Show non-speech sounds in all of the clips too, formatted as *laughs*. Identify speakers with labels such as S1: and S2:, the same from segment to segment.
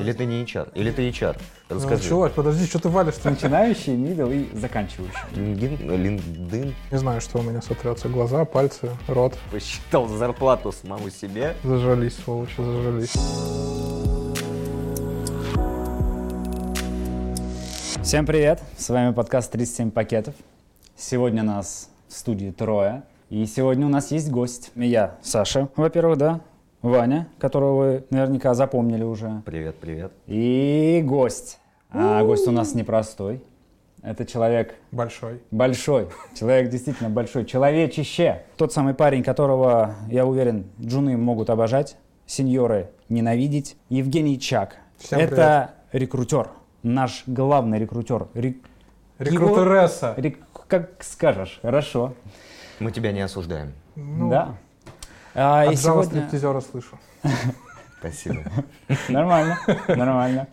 S1: Или ты не HR? Или ты HR?
S2: Ну,
S1: Расскажи.
S2: чувак, подожди, что ты валишь-то?
S3: Начинающий, middle и заканчивающий.
S1: LinkedIn, LinkedIn
S2: Не знаю, что у меня сотрется. Глаза, пальцы, рот.
S1: посчитал зарплату самому себе.
S2: Зажались, сволочи, зажались.
S3: Всем привет! С вами подкаст «37 пакетов». Сегодня нас в студии трое. И сегодня у нас есть гость. Я, Саша, во-первых, да. Ваня, которого вы наверняка запомнили уже.
S1: Привет, привет.
S3: И гость. А гость у нас непростой. Это человек
S2: Большой.
S3: большой. Человек действительно большой. Человечище. Тот самый парень, которого, я уверен, джуны могут обожать, сеньоры ненавидеть. Евгений Чак.
S2: Всем
S3: Это рекрутер. Наш главный рекрутер. Рек-
S2: Рекрутересса.
S3: рек- Как скажешь. Хорошо.
S1: Мы тебя не осуждаем.
S2: Ну,
S3: да. А, и
S2: От зала
S3: сегодня-
S2: стриптизера слышу.
S1: Спасибо.
S3: *laughs* Нормально, нормально.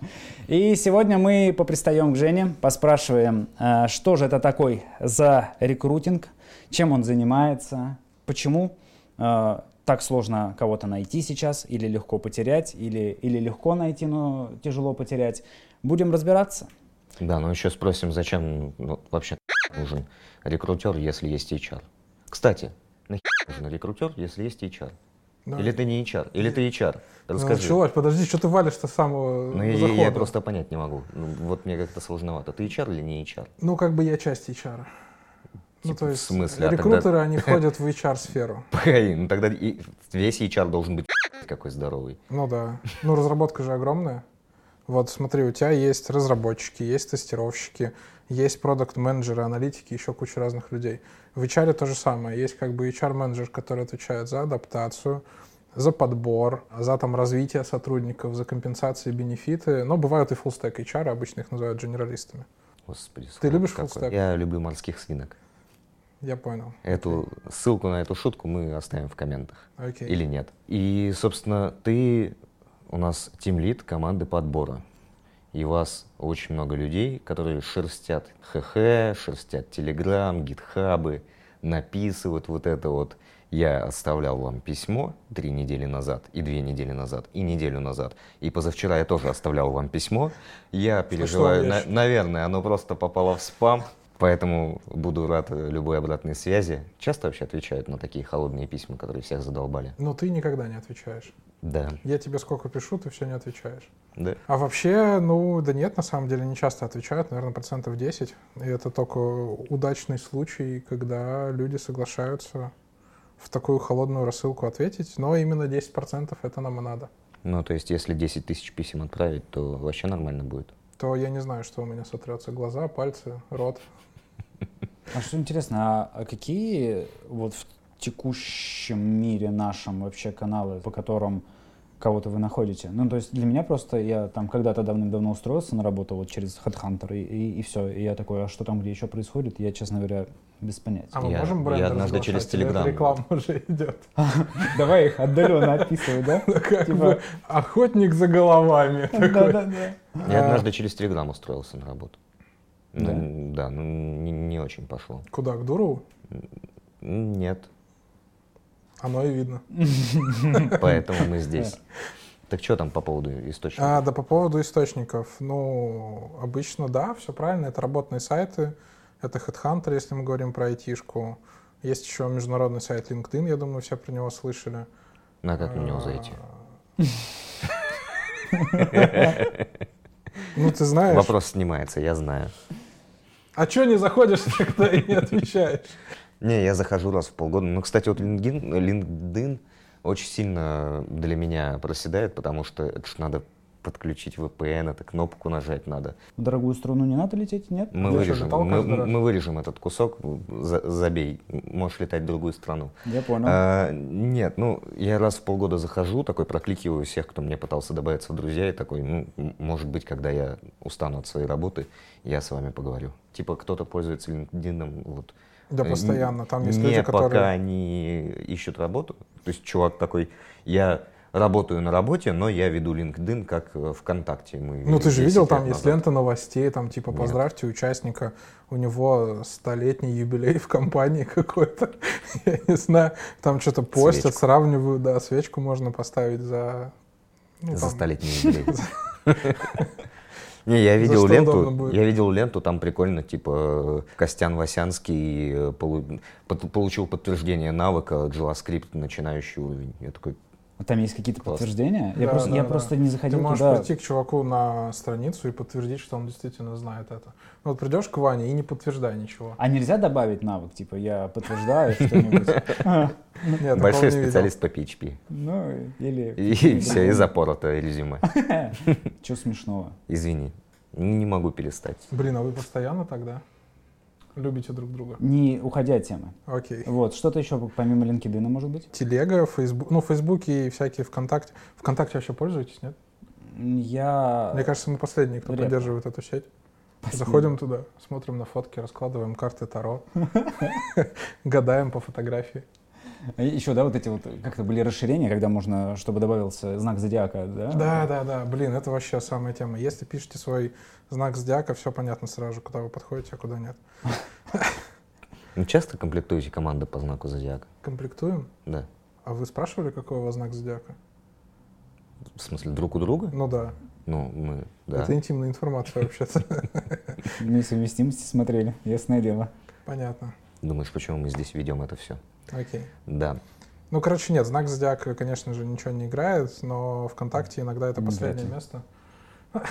S3: И сегодня мы попристаем к Жене, поспрашиваем, э, что же это такой за рекрутинг, чем он занимается, почему э, так сложно кого-то найти сейчас, или легко потерять, или, или легко найти, но тяжело потерять. Будем разбираться.
S1: *laughs* Да, но еще спросим, зачем ну, вообще нужен рекрутер, если есть HR? Кстати, нахер нужен рекрутер, если есть HR?
S2: Да.
S1: Или ты не HR? Или ты HR?
S2: Ну,
S1: Расскажи.
S2: чувак, подожди, что ты э, валишь-то с самого
S1: Ну, я, я-
S2: захода?
S1: я просто понять не могу. Ну, вот мне как-то сложновато. Ты HR или не *laughs* HR?
S2: Ну, как бы я часть HR. Ну,
S1: Типа,
S2: то
S1: в
S2: есть
S1: смысле? А тогда- *laughs*
S2: рекрутеры, они входят в HR-сферу.
S1: Блин, ну тогда и весь HR должен быть *laughs* какой здоровый.
S2: Ну да. Ну, разработка же огромная. Вот смотри, у тебя есть разработчики, есть тестировщики, есть продукт-менеджеры, аналитики, еще куча разных людей. В HR то же самое. Есть как бы HR-менеджер, который отвечает за адаптацию, за подбор, за там развитие сотрудников, за компенсации, бенефиты. Но бывают и фуллстек HR, обычно их называют генералистами.
S1: Господи,
S2: Ты любишь
S1: сколько-
S2: фуллстек?
S1: Я люблю морских свинок.
S2: Я понял.
S1: Эту ссылку на эту шутку мы оставим в комментах.
S2: Окей.
S1: Или нет. И, собственно, ты у нас тимлид команды подбора. И у вас очень много людей, которые шерстят ХХ, шерстят Телеграм, гитхабы, написывают вот это вот. Я оставлял вам письмо три недели назад, и две недели назад, и неделю назад. И позавчера я тоже оставлял вам письмо. Я переживаю,
S2: у меня
S1: на-
S2: ещё-
S1: наверное, оно просто попало в спам. Поэтому буду рад э, любой обратной связи. Часто вообще отвечают на такие холодные письма, которые всех задолбали?
S2: Но Ну, ты никогда не отвечаешь.
S1: Да.
S2: Я тебе сколько пишу, ты все не отвечаешь.
S1: Да.
S2: А вообще, ну, да нет, на самом деле, не часто отвечают, наверное, процентов 10. И это только удачный случай, когда люди соглашаются в такую холодную рассылку ответить, но именно 10% это нам и надо.
S1: Ну, то есть, если 10 тысяч писем отправить, то вообще нормально будет.
S2: То я не знаю, что у меня сотрется. Глаза, пальцы, рот.
S3: А что интересно, а какие вот в текущем мире нашем вообще каналы, по которым кого-то вы находите? Ну, то есть для меня просто, я там когда-то давным-давно устроился на работу вот через Headhunter, и, и, все. И я такой, а что там, где еще происходит? Я, честно говоря, без понятия.
S2: А мы
S1: Я-
S2: можем
S1: я
S2: бренды
S1: однажды
S2: разглашать?
S1: через
S2: Или это
S1: Telegram.
S2: реклама уже идет. *laughs*
S3: Давай их отдаленно описывай, да?
S2: Ну, Как
S3: Типа-
S2: бы охотник за головами. такой.
S3: Да-да-да.
S1: Я однажды через Телеграм устроился на работу. Ну,
S3: Да?
S1: н- да, ну не, не очень пошло.
S2: Куда, к Дурову?
S1: М, Нет.
S2: Оно и видно.
S1: *laughs* Поэтому мы здесь. Так что там по поводу источника?
S2: А, да, по поводу источников. Ну, обычно, да, все правильно. Это работные сайты, это HeadHunter, если мы говорим про айтишку. Есть еще международный сайт LinkedIn, я думаю, все про него слышали. А,
S1: На как на него зайти?
S2: Ну, ты знаешь.
S1: Вопрос снимается, я знаю.
S2: А чё не заходишь *laughs* тогда и не отвечаешь?
S1: Не, я захожу раз в полгода. Ну, кстати, вот LinkedIn, LinkedIn очень сильно для меня проседает, потому что это ж надо подключить VPN, это кнопку нажать надо.
S3: В дорогую струну не надо лететь, нет?
S1: Мы
S2: Я что,
S1: вырежем,
S2: летал
S1: мы,
S2: каждый раз?
S1: мы вырежем этот кусок, за- забей, можешь летать в другую страну.
S3: Я понял.
S1: А, нет, ну, я раз в полгода захожу, такой прокликиваю всех, кто мне пытался добавиться в друзья, и такой, ну, м- может быть, когда я устану от своей работы, я с вами поговорю. Типа, кто-то пользуется LinkedIn, вот.
S2: Да,
S1: э,
S2: постоянно. Там есть
S1: не
S2: люди,
S1: пока
S2: которые...
S1: они ищут работу. То есть чувак такой, я работаю на работе, но я веду LinkedIn как э, ВКонтакте. Мы
S2: Ну, ты же видел,
S1: 10
S2: там
S1: лет
S2: есть
S1: назад.
S2: лента новостей, там типа
S1: Нет.
S2: «Поздравьте участника, у него столетний юбилей в компании *laughs* какой-то». Я не знаю, там что-то постят,
S1: Свечку.
S2: сравнивают, да, свечку можно поставить за... ну,
S1: За
S2: там, *laughs*
S1: столетний юбилей. Не, я видел
S2: что
S1: ленту,
S2: удобно будет.
S1: я видел ленту, там прикольно, типа э, Костян Васянский э, полу- пот- получил подтверждение навыка JavaScript начинающий уровень. Я такой,
S3: А Там есть какие-то
S1: Класс.
S3: подтверждения? Я
S2: Да,
S3: просто,
S2: да,
S3: я
S2: да.
S3: просто не
S2: Ты
S3: заходил
S2: можешь
S3: туда.
S2: прийти к чуваку на страницу и подтвердить, что он действительно знает это. Ну, вот придешь к Ване и не подтверждай ничего.
S3: А нельзя добавить навык, типа я
S2: *laughs*
S3: подтверждаю что-нибудь? А,
S2: Нет, такого
S1: ну, большой
S2: не видел.
S1: специалист по PHP.
S3: Ну, или...
S1: *laughs* И, все, и запорото резюме.
S3: *laughs* Чего смешного?
S1: Извини, не могу перестать.
S2: Блин, а вы постоянно тогда любите друг друга?
S3: Не уходя от темы.
S2: Окей.
S3: Вот, что-то еще помимо LinkedIn, может быть?
S2: Телега, Фейсбук, ну, Фейсбук и всякие ВКонтакте. ВКонтакте вообще пользуетесь, нет?
S3: Я...
S2: Мне кажется, мы последние, кто
S3: Редко.
S2: поддерживает эту сеть.
S3: А, Последний.
S2: Заходим туда, смотрим на фотки, раскладываем карты Таро, *laughs* гадаем по фотографии.
S3: Еще, А да, вот эти вот как-то были расширения, когда можно, чтобы добавился знак зодиака, А, да?
S2: Да, да, да, блин, это вообще самая тема. Если пишете свой знак зодиака, все понятно сразу, куда вы подходите, а куда нет.
S1: Ну, часто комплектуете команды по знаку зодиака?
S2: Комплектуем.
S1: Да.
S2: А вы спрашивали, какой у вас знак зодиака?
S1: В смысле, друг у друга?
S2: Ну да,
S1: Ну, мы, да.
S2: это интимная информация вообще-то. *laughs*
S3: Несовместимости смотрели, ясное дело.
S2: Понятно.
S1: Думаешь, почему мы здесь ведем это все?
S2: Окей.
S1: Да.
S2: Ну, короче, нет, знак зодиака, конечно же, ничего не играет, но ВКонтакте иногда это
S3: Не
S2: последнее
S3: играет.
S2: место. *laughs*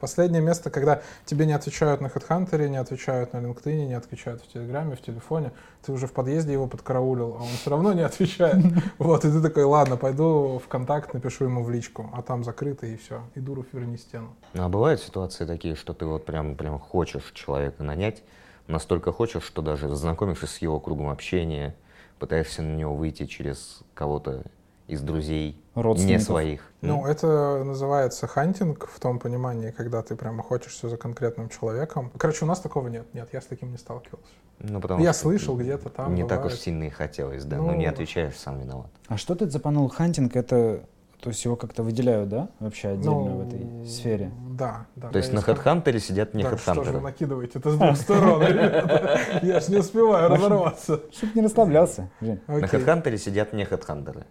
S2: Последнее место, когда тебе не отвечают на HeadHunter, не отвечают на LinkedIn, не отвечают в Телеграме, в телефоне. Ты уже в подъезде его подкараулил, а он все равно не отвечает. Вот, и ты такой, ладно, пойду в контакт, напишу ему в личку, а там закрыто и все. И дуру верни стену.
S1: Ну, а бывают ситуации такие, что ты вот прям, прям хочешь человека нанять, настолько хочешь, что даже знакомишься с его кругом общения, пытаешься на него выйти через кого-то из друзей, не
S3: Родственников.
S1: своих.
S2: Ну, это называется хантинг в том понимании, когда ты прям охотишься за конкретным человеком. Короче, у нас такого нет. Нет, я с таким не сталкивался.
S1: ну, потому
S2: я
S1: что
S2: слышал где-то там,
S1: Не так уж
S2: бывает.
S1: сильно и хотелось, да.
S2: Ну,
S1: Ну, не
S2: да.
S1: отвечаешь, сам виноват.
S3: А что ты запанул хантинг? Это, то есть его как-то выделяют, да? Вообще отдельно в этой сфере.
S2: Ну, Да, да.
S1: То есть
S2: да,
S1: на
S2: я скажу.
S1: хедхантере сидят не
S2: Да, что же вы
S1: хедхантеры.
S2: накидываете? Это с двух сторон, ребята. Я ж не успеваю
S3: Машина.
S2: разорваться.
S3: Чтоб не расслаблялся, Жень.
S1: На
S2: Окей.
S1: хедхантере сидят не хедхантеры.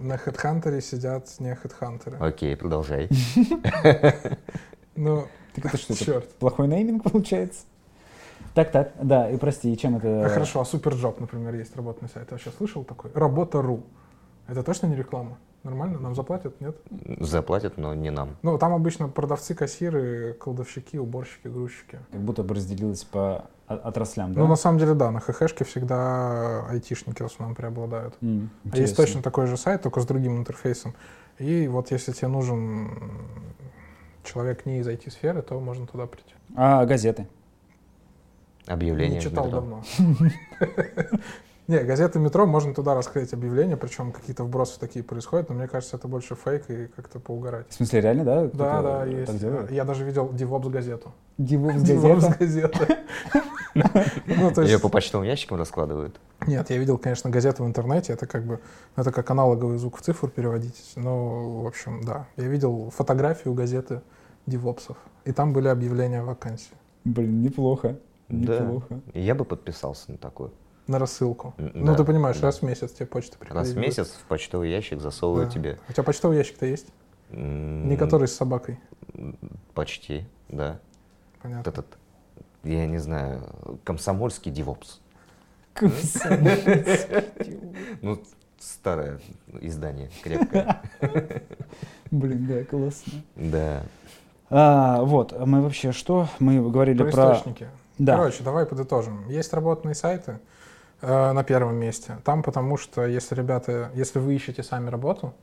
S2: На хедхантере сидят не хедхантеры.
S1: Окей,
S2: *laughs*
S1: продолжай.
S2: Ну,
S3: Так это что, это
S2: черт.
S3: плохой нейминг получается? Так, так, да, и прости, и чем это...
S2: А хорошо, а суперджоп, например, есть работный сайт. Ты вообще слышал такой? Работа.ру. Это точно не реклама? Нормально? Нам заплатят? Нет?
S1: Заплатят, но не нам.
S2: Ну, там обычно продавцы, кассиры, кладовщики, уборщики, грузчики.
S3: Как будто бы разделилось по о- отраслям, да?
S2: Ну, на самом деле, да, на ххшке всегда айтишники в основном преобладают. А
S3: М,
S2: Есть
S3: интересно.
S2: точно такой же сайт, только с другим интерфейсом. И вот если тебе нужен человек не из IT-сферы, то можно туда прийти.
S3: А газеты?
S1: Объявление
S2: не
S1: в
S2: читал
S1: метро.
S2: давно. *laughs* Не, газеты «Метро» можно туда расклеить объявления, причем какие-то вбросы такие происходят, но мне кажется, это больше фейк и как-то поугарать.
S3: В смысле, реально, да?
S2: Да,
S3: Кто-то
S2: да,
S3: так
S2: есть. А,
S3: делает?
S2: Я даже видел DevOps газету. *laughs*
S3: Девопс газета?
S2: DevOps газета. *laughs* Ну, то
S1: Ее
S2: есть-
S1: по почтовым ящикам раскладывают.
S2: Нет, я видел, конечно, газеты в интернете, это как бы, ну, это как аналоговый звук в цифру переводить, но, в общем, да. Я видел фотографию газеты девопсов, и там были объявления о вакансии
S3: Блин, неплохо.
S1: Да.
S3: Неплохо.
S1: Я бы подписался на такое.
S2: на рассылку.
S1: М,
S2: ну,
S1: да,
S2: ты понимаешь,
S1: да.
S2: раз в месяц тебе почта приходит.
S1: Раз в месяц в почтовый ящик засовывают
S2: Да.
S1: тебе.
S2: У тебя почтовый ящик-то есть?
S1: м,
S2: Не который с собакой.
S1: Почти, да. Вот
S2: Понятно.
S1: этот, я не знаю, комсомольский девопс. Ну, старое издание,
S2: *laughs*
S1: крепкое.
S3: Блин, да, классно.
S1: Да.
S3: А, вот, а мы вообще что? Мы говорили
S2: Про
S3: про...
S2: источники.
S3: Да.
S2: Короче, давай подытожим. Есть работные сайты э, на первом месте. Там потому что, если ребята, если вы ищете сами работу,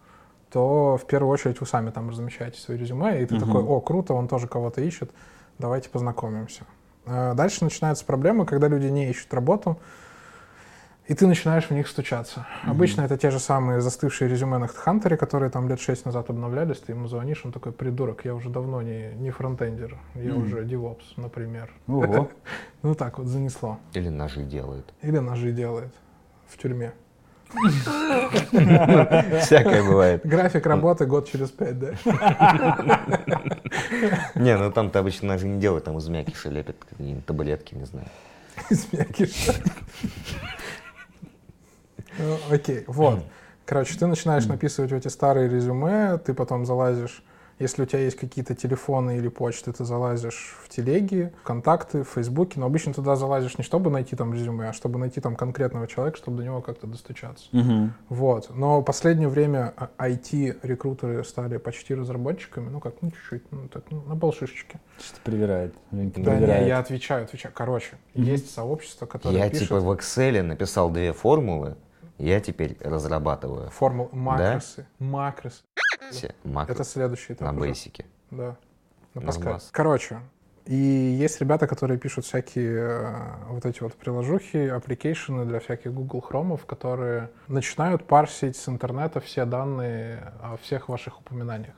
S2: то в первую очередь вы сами там размещаете свои резюме, и ты
S3: Мгм.
S2: такой, о, круто, он тоже кого-то ищет, давайте познакомимся. Э, дальше начинаются проблемы, когда люди не ищут работу, и ты начинаешь в них стучаться. Обычно это те же самые застывшие резюме на HeadHunter, которые там лет шесть назад обновлялись, ты ему звонишь, он такой, придурок, я уже давно не, не фронтендер, я
S3: Мгм.
S2: уже DevOps, например.
S3: Ого.
S2: Ну так вот занесло.
S1: Или ножи делают. *laughs*
S2: Или ножи делает в тюрьме.
S1: Всякое бывает.
S2: График работы год через пять, да? *laughs*
S1: Не, ну там-то обычно ножи не делают, там из мякиши лепят какие-нибудь таблетки, не знаю.
S2: Из мякиша. Ну, Окей, вот. Короче, ты начинаешь написывать в эти старые резюме, ты потом залазишь Если у тебя есть какие-то телефоны или почты, ты залазишь в телеги, в контакты, в фейсбуке, но обычно туда залазишь не чтобы найти там резюме, а чтобы найти там конкретного человека, чтобы до него как-то достучаться.
S3: Мгм.
S2: Вот. Но в последнее время а, IT-рекрутеры стали почти разработчиками. Ну как, ну чуть-чуть, ну так, ну, на полшишечки.
S3: Что-то привирает. Женька
S2: Да, не,
S3: привирает.
S2: я отвечаю, отвечаю. Короче,
S3: Мгм.
S2: есть сообщество, которое
S1: Я
S2: пишет
S1: типа в Excel написал две формулы, я теперь разрабатываю
S2: формулы макросы. Макросы.
S1: все макро
S2: Это следующий
S1: на
S2: этап. уже.
S1: бейсике.
S2: Да. На
S1: Ну,
S2: Паскале.
S1: класс.
S2: Короче, и есть ребята, которые пишут всякие э, вот эти вот приложухи, аппликейшены для всяких Google Хромов, которые начинают парсить с интернета все данные о всех ваших упоминаниях.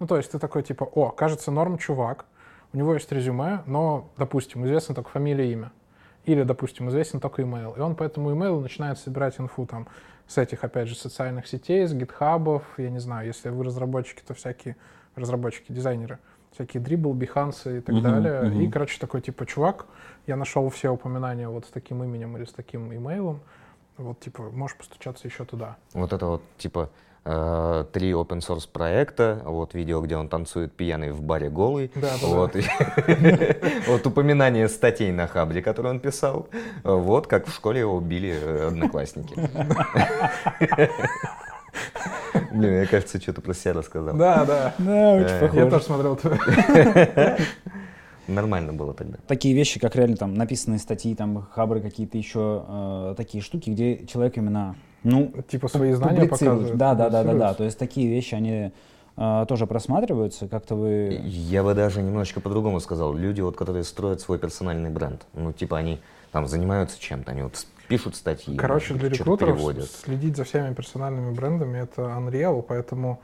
S2: Ну, то есть ты такой типа, о, кажется, норм чувак, у него есть резюме, но, допустим, известно только фамилия и имя. Или, допустим, известен только email. И он по этому email начинает собирать инфу там с этих, опять же, социальных сетей, с гитхабов, я не знаю, если вы разработчики, то всякие разработчики, дизайнеры, всякие дрибл, бихансы и так
S3: Мгм,
S2: далее. И,
S3: мгм.
S2: короче, такой типа, чувак, я нашел все упоминания вот с таким именем или с таким имейлом, вот, типа, можешь постучаться еще туда.
S1: Вот это вот типа э, три open source проекта, вот видео, где он танцует пьяный в баре голый,
S2: Да, да, да.
S1: вот, *laughs* и- вот упоминание статей на Хабре, которые он писал, вот как в школе его убили э,
S2: *laughs*
S1: одноклассники. Блин, я, кажется, что-то про себя рассказал.
S2: Да, да.
S3: Да, очень
S1: Э,
S2: Я
S3: похоже.
S2: тоже смотрел твой.
S1: Нормально было тогда.
S3: Такие вещи, как реально там написанные статьи, там хабры какие-то еще э, такие штуки, где человек именно, ну,
S2: Типа свои знания
S3: публицирует.
S2: показывают.
S3: Да, да, да, да, да. То есть такие вещи, они э, тоже просматриваются, как-то вы...
S1: Я бы даже немножечко по-другому сказал. Люди, вот, которые строят свой персональный бренд, ну, типа они там занимаются чем-то, они вот пишут статьи.
S2: Короче,
S1: может
S2: для
S1: быть, что-то
S2: рекрутеров
S1: переводят.
S2: с- следить за всеми персональными брендами это Unreal, поэтому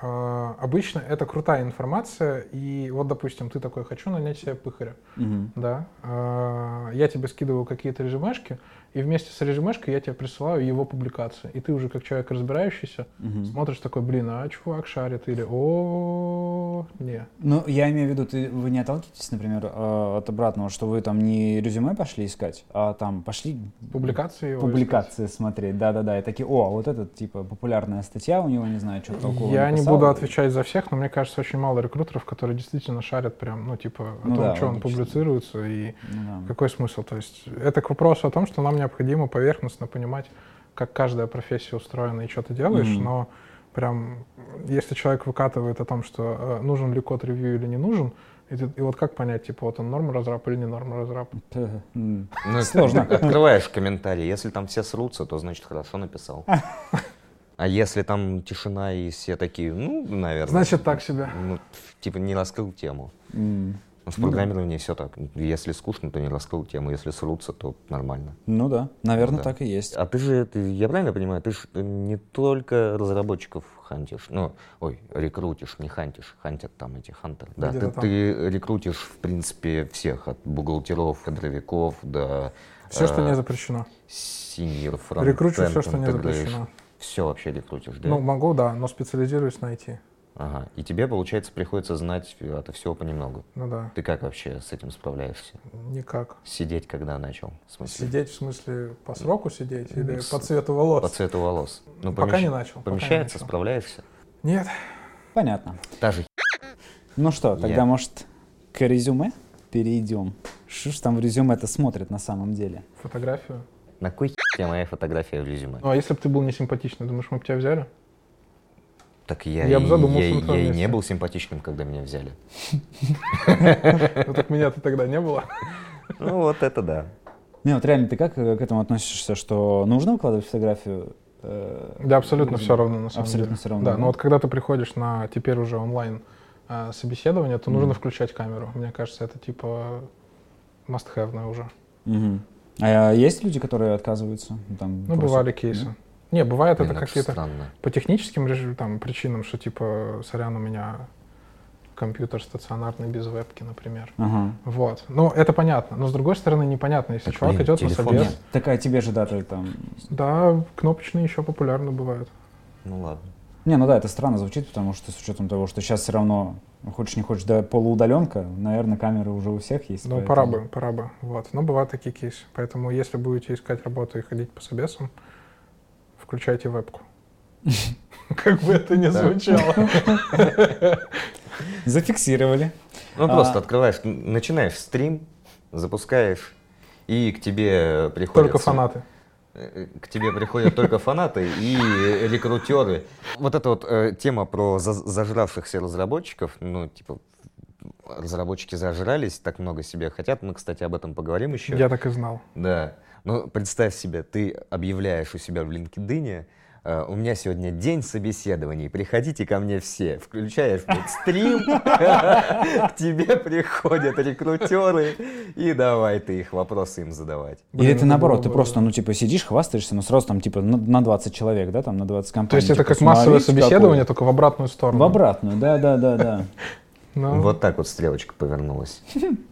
S2: э, обычно это крутая информация. И вот, допустим, ты такой, хочу нанять себе пыхаря.
S3: Мгм.
S2: Да. Э, я тебе скидываю какие-то резюмешки, и вместе с резюмешкой я тебе присылаю его публикации. И ты уже как человек разбирающийся
S3: Мгм.
S2: смотришь такой, блин, а чувак шарит, или о не.
S3: Ну, я имею в виду, ты, вы не отталкиваетесь, например, э, от обратного, что вы там не резюме пошли искать, а там пошли
S2: Публикации его искать.
S3: публикации смотреть, да-да-да, и такие, о, а вот этот, типа, популярная статья у него, не знаю, что такого
S2: Я не буду отвечать за всех, но мне кажется, очень мало рекрутеров, которые действительно шарят прям, ну, типа, о
S3: Ну
S2: том,
S3: да,
S2: что он
S3: логично.
S2: публицируется и
S3: Ну
S2: какой смысл. То есть это к вопросу о том, что нам необходимо поверхностно понимать, как каждая профессия устроена и что ты делаешь,
S3: Мгм.
S2: но прям, если человек выкатывает о том, что э, нужен ли код-ревью или не нужен, и, ты- и вот как понять, типа, вот он норма разраб или не норма разраб?
S1: Ну,
S3: Сложно.
S1: ты Открываешь комментарии. Если там все срутся, то значит хорошо
S2: *laughs*
S1: написал. А если там тишина и все такие, ну, наверное.
S2: Значит, так себе. Ну
S1: Ну, типа не раскрыл тему. Ну, В программировании все так. Если скучно, то не раскрыл тему. Если срутся, то нормально.
S3: Ну да, наверное,
S1: Да.
S3: так и есть.
S1: А ты же, ты, я правильно понимаю, ты же не только разработчиков хантишь, ну, ой, рекрутишь, не хантишь, хантят там эти хантеры. Да,
S2: Где-то
S1: ты,
S2: там.
S1: ты рекрутишь, в принципе, всех, от бухгалтеров, кадровиков до...
S2: Все, что
S1: э,
S2: не запрещено.
S1: Senior front
S2: Рекручу все, что не запрещено.
S1: Все вообще рекрутишь, да?
S2: Ну, могу, да, но специализируюсь на IT.
S1: Ага. И тебе, получается, приходится знать это всего понемногу.
S2: Ну да,
S1: Ты как вообще с этим справляешься?
S2: никак.
S1: Сидеть, когда начал? В смысле?
S2: Сидеть, в смысле, по сроку сидеть или
S1: Ну, С-
S2: по цвету
S1: По
S2: волос?
S1: цвету волос. Ну,
S2: Пока
S1: помещ-
S2: не начал. пока не
S1: Помещается,
S2: начал.
S1: справляешься?
S2: Нет,
S3: Понятно.
S1: Та же
S3: Ну что,
S1: Я.
S3: тогда, может, к резюме перейдем? Что ж там в резюме это смотрят на самом деле?
S2: фотографию.
S1: На кой хер моя фотография в резюме?
S2: Ну, а если бы ты был не симпатичный, думаешь, мы бы тебя взяли?
S1: Так я,
S2: Я бы
S1: и-
S2: задумался
S1: я,
S2: на твоем
S1: я и
S2: месте.
S1: не был симпатичным, когда меня
S2: *laughs*
S1: взяли.
S2: Ну, так меня-то тогда
S1: *laughs*
S2: не было.
S1: Ну вот это да.
S3: Не, вот реально, ты как э, к этому относишься, что нужно выкладывать фотографию? э,
S2: Да, абсолютно все равно, на самом
S3: Абсолютно
S2: деле.
S3: все равно.
S2: Да, но вот когда ты приходишь на теперь уже онлайн э, собеседование, то нужно включать камеру. Мне кажется, это типа must-have уже.
S3: Мгм. А есть люди, которые отказываются? Ну, Там,
S2: Ну,
S3: просто-
S2: бывали кейсы. Не, бывает
S1: Блин,
S2: это
S1: ж
S2: какие-то
S1: странно.
S2: по техническим реж- там, причинам, что типа, сорян, у меня компьютер стационарный без вебки, например.
S3: Ага.
S2: Вот. Ну, это понятно. Но с другой стороны, непонятно, если
S1: Так,
S2: чувак
S1: блин,
S2: идет на
S1: телефон
S2: собес.
S1: нет.
S3: Такая а тебе же дата там...
S2: Да, кнопочные еще популярны бывают.
S1: Ну ладно.
S3: Не, ну да, это странно звучит, потому что с учетом того, что сейчас все равно, ну, хочешь не хочешь, да, полуудаленка, наверное, камеры уже у всех есть.
S2: Ну,
S3: поэтому-
S2: пора бы, пора бы. Вот. Но бывают такие кейсы. Поэтому, если будете искать работу и ходить по собесам, включайте вебку. *laughs* Как бы это
S1: *laughs*
S2: ни
S1: Да.
S2: звучало.
S3: Зафиксировали.
S1: Ну,
S3: А.
S1: просто открываешь, н- начинаешь стрим, запускаешь, и к тебе приходят...
S2: Только фанаты.
S1: э, К тебе приходят только фанаты и э, рекрутеры. Вот эта вот э, тема про за- зажравшихся разработчиков, ну, типа, разработчики зажрались, так много себе хотят. Мы, кстати, об этом поговорим еще.
S2: Я так и знал.
S1: Да. Ну, представь себе, ты объявляешь у себя в LinkedIn, э, у меня сегодня день собеседований, приходите ко мне все. Включаешь блядь, стрим, *laughs* к тебе приходят рекрутеры, и давай ты их вопросы им задавать.
S2: Блин,
S3: Или
S2: это
S3: ты наоборот,
S2: было
S3: ты
S2: бы,
S3: просто, ну, типа, сидишь, хвастаешься, но сразу там, типа, на- на 20 человек, да, там, на 20 компаний.
S2: То есть это
S3: типа,
S2: как массовое
S3: смотрите,
S2: собеседование,
S3: какое.
S2: только в обратную сторону.
S3: В обратную, да, да, да, да. *laughs*
S2: Ну,
S1: Вот так вот стрелочка повернулась.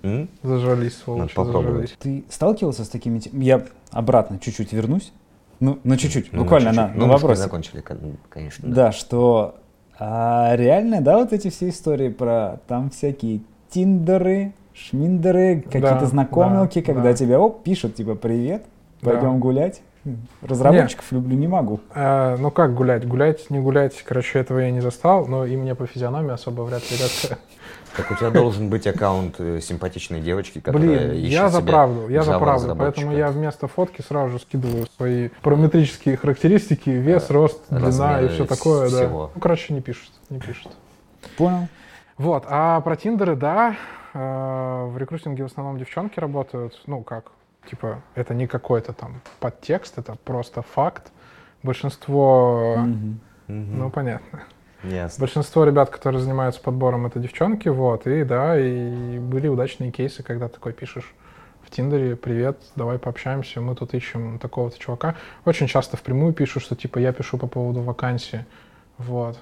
S1: М?
S2: Зажрались, сволочи,
S1: Надо попробовать.
S2: зажрались.
S3: Ты сталкивался с такими... тем- Я обратно чуть-чуть вернусь. Ну, на чуть-чуть,
S1: Ну,
S3: буквально на,
S1: чуть-чуть.
S3: на
S1: Ну, мы же не
S3: вопросик.
S1: закончили, кон- конечно.
S3: Да, что а, реально, да, вот эти все истории про там всякие тиндеры, шминдеры, какие-то
S2: да,
S3: знакомилки, когда
S2: да.
S3: тебя оп, пишут, типа, привет,
S2: Да.
S3: пойдем гулять. Разработчиков люблю, не могу.
S2: Э, ну как гулять? Гулять, не гулять, короче, этого я не застал, но и мне по физиономии особо вряд ли рядка.
S1: Так у тебя должен быть аккаунт э, симпатичной девочки, *laughs* которая
S2: Блин,
S1: ищет
S2: я за
S1: себе
S2: правду, я за
S1: Java
S2: правду, поэтому
S1: разработчика.
S2: я вместо фотки сразу же скидываю свои параметрические характеристики, вес, рост, длина и
S1: размеры
S2: все такое, да.
S1: всего.
S2: Ну, короче, не пишут, не пишут.
S3: Понял?
S2: Вот, а про тиндеры, да, э, в рекрутинге в основном девчонки работают, ну как, типа, это не какой-то там подтекст, это просто факт. Большинство,
S3: Мгм.
S1: Мгм.
S2: ну понятно,
S1: Ясно.
S2: большинство ребят, которые занимаются подбором, это девчонки, вот, и да, и были удачные кейсы, когда такой пишешь в Тиндере, привет, давай пообщаемся, мы тут ищем такого-то чувака. Очень часто впрямую пишут, что типа я пишу по поводу вакансии, вот.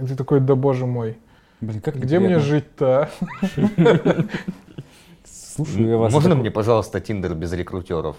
S2: И ты такой, да боже мой,
S3: Блин, как
S2: где
S3: неприятно.
S2: мне жить-то? а?»
S3: Слушаю я вас.
S1: Можно
S3: такой-
S1: мне, пожалуйста, Тиндер без рекрутеров?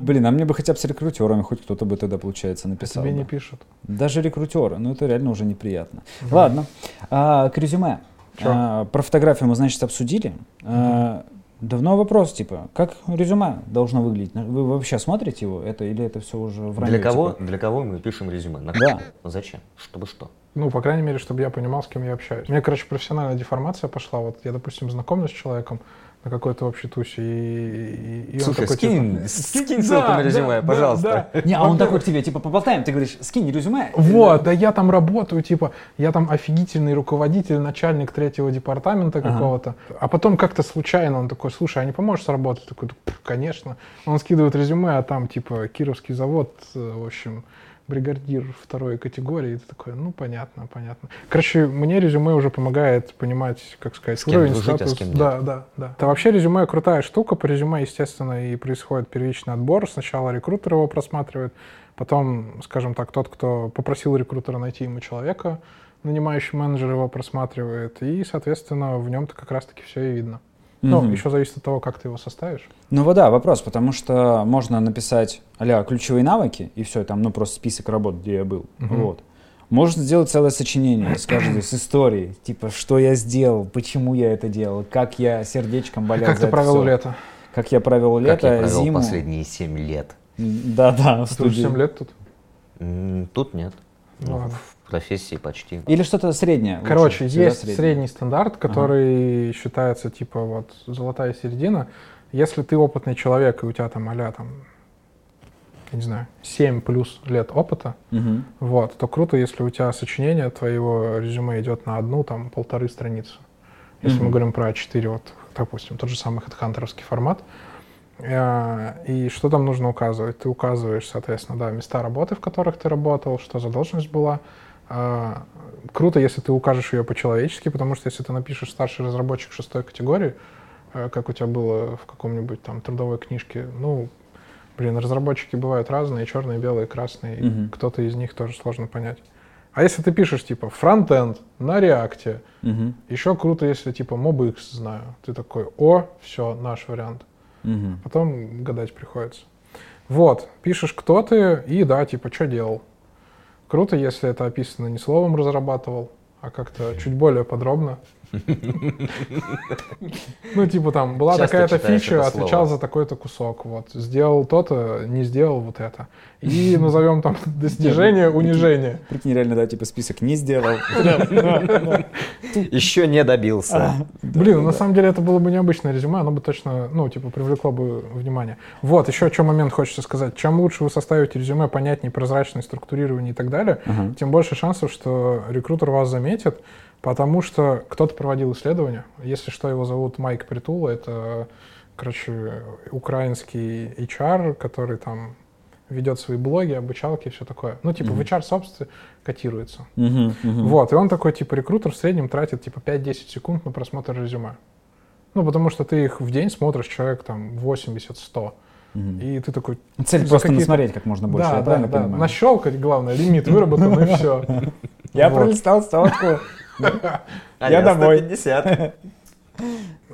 S3: Блин, а мне бы хотя бы с рекрутерами хоть кто-то бы тогда, получается, написал.
S2: Тебе не
S3: бы.
S2: пишут.
S3: Даже рекрутеры, ну это реально уже неприятно. Ладно, а, к резюме.
S2: Чё?
S3: А, про фотографию мы, значит, обсудили. А, давно вопрос, типа, как резюме должно выглядеть? Ну, Вы вообще смотрите его? Это или это все уже в типа?
S1: Для кого, типа, для кого мы пишем резюме? На
S3: Да.
S1: кого? Зачем? Чтобы что?
S2: Ну, по крайней мере, чтобы я понимал, с кем я общаюсь. У меня, короче, профессиональная деформация пошла. Вот я, допустим, знакомлюсь с человеком на какой-то общей тусе, и, и- и он
S1: Слушай,
S2: такой, типа,
S1: скинь, скинь ссылку
S2: «Да,
S1: на резюме,
S2: да,
S1: пожалуйста.
S2: да, да».
S3: Не, а он такой к тебе, типа, поболтаем, ты говоришь, скинь резюме.
S2: Вот, да я там работаю, типа, я там офигительный руководитель, начальник третьего департамента
S3: Ага.
S2: какого-то. А потом как-то случайно он такой, слушай, а не поможешь сработать? Такой, «Да, пф, конечно. Он скидывает резюме, а там, типа, Кировский завод, э, в общем, бригадир второй категории. И ты такой, ну, понятно, понятно. Короче, мне резюме уже помогает понимать, как сказать,
S1: С кем
S2: уровень,
S1: дружить, а с
S2: статус.
S1: кем нет.
S2: да, да, да. Это вообще резюме крутая штука. По резюме, естественно, и происходит первичный отбор. Сначала рекрутер его просматривает, потом, скажем так, тот, кто попросил рекрутера найти ему человека, нанимающий менеджер его просматривает, и, соответственно, в нем-то как раз-таки все и видно. Ну,
S3: Мгм.
S2: еще зависит от того, как ты его составишь.
S3: Ну вот да, вопрос, потому что можно написать а ключевые навыки, и все, там, ну просто список работ, где я был.
S2: Мгм.
S3: Вот. Можно сделать целое сочинение, скажем, с историей, типа, что я сделал, почему я это делал, как я сердечком болел
S2: как
S3: за
S2: ты
S3: это
S2: провел
S3: всё,
S2: лето?
S3: Как я провел лето,
S1: как я провел
S3: зиму.
S1: последние 7 лет?
S3: Да-да, в
S2: Ты уже
S3: студии.
S2: 7 лет тут?
S1: М, Тут нет.
S2: Ну
S1: Ну,
S2: ладно.
S1: в профессии почти.
S3: Или что-то среднее. лучше,
S2: Короче,
S3: всегда
S2: есть
S3: среднее.
S2: средний стандарт, который считается типа вот золотая середина. Если ты опытный человек, и у тебя там а там, я не знаю, 7 плюс лет опыта,
S3: Мгм.
S2: вот, то круто, если у тебя сочинение твоего резюме идет на одну, там, полторы страницы. Если мы
S3: Мгм.
S2: говорим про А4, вот, допустим, тот же самый хедхантеровский формат. Э, И что там нужно указывать? Ты указываешь, соответственно, да, места работы, в которых ты работал, что за должность была. А, Круто, если ты укажешь ее по-человечески, потому что если ты напишешь старший разработчик шестой категории, э, как у тебя было в каком-нибудь там трудовой книжке, ну, блин, разработчики бывают разные, черные, белые, красные, и
S3: Мгм.
S2: кто-то из них тоже сложно понять. А если ты пишешь, типа, фронтенд на реакте,
S3: Мгм.
S2: еще круто, если, типа, MobX знаю, ты такой, о, все, наш вариант.
S3: Мгм.
S2: Потом гадать приходится. Вот, пишешь, кто ты, и да, типа, что делал.
S1: *laughs*
S2: Круто, если это описано не словом разрабатывал, а как-то чуть более подробно. Ну, типа там, была
S1: Часто
S2: такая-то
S1: читаешь
S2: фича,
S1: это слово.
S2: отвечал за такой-то кусок, вот, сделал то-то, не сделал вот это.
S1: *laughs*
S2: И назовем там достижение, унижение.
S3: Прикинь, реально, да, типа список не
S2: *laughs*
S3: сделал.
S1: Еще не добился.
S2: Блин, на самом деле это было бы необычное резюме, оно бы точно, ну, типа, привлекло бы внимание. Вот, еще о чем момент хочется сказать. Чем лучше вы составите резюме, понятнее, прозрачнее, структурирование и так далее,
S3: Ага.
S2: тем больше шансов, что рекрутер вас заметит, потому что кто-то проводил исследование. Если что, его зовут Майк Притула, это, короче, украинский HR, который там ведет свои блоги, обучалки и все такое. Ну, типа, в HR собственно котируется.
S3: Мгм, мгм.
S2: Вот, и он такой, типа, рекрутер в среднем тратит, типа, 5-10 секунд на просмотр резюме. Ну, потому что ты их в день смотришь, человек там 80-100.
S3: Мгм.
S2: И ты такой,
S3: Цель
S2: за
S3: просто
S2: какие-то-
S3: насмотреть как можно больше, я
S2: да, да,
S3: правильно
S2: да,
S3: понимаю?
S2: нащелкать, главное, лимит выработан, и
S3: *laughs*
S2: все.
S3: Я
S2: Вот.
S3: пролистал *laughs* столку.
S1: А
S3: Я домой. *laughs*
S1: 150.
S2: Э,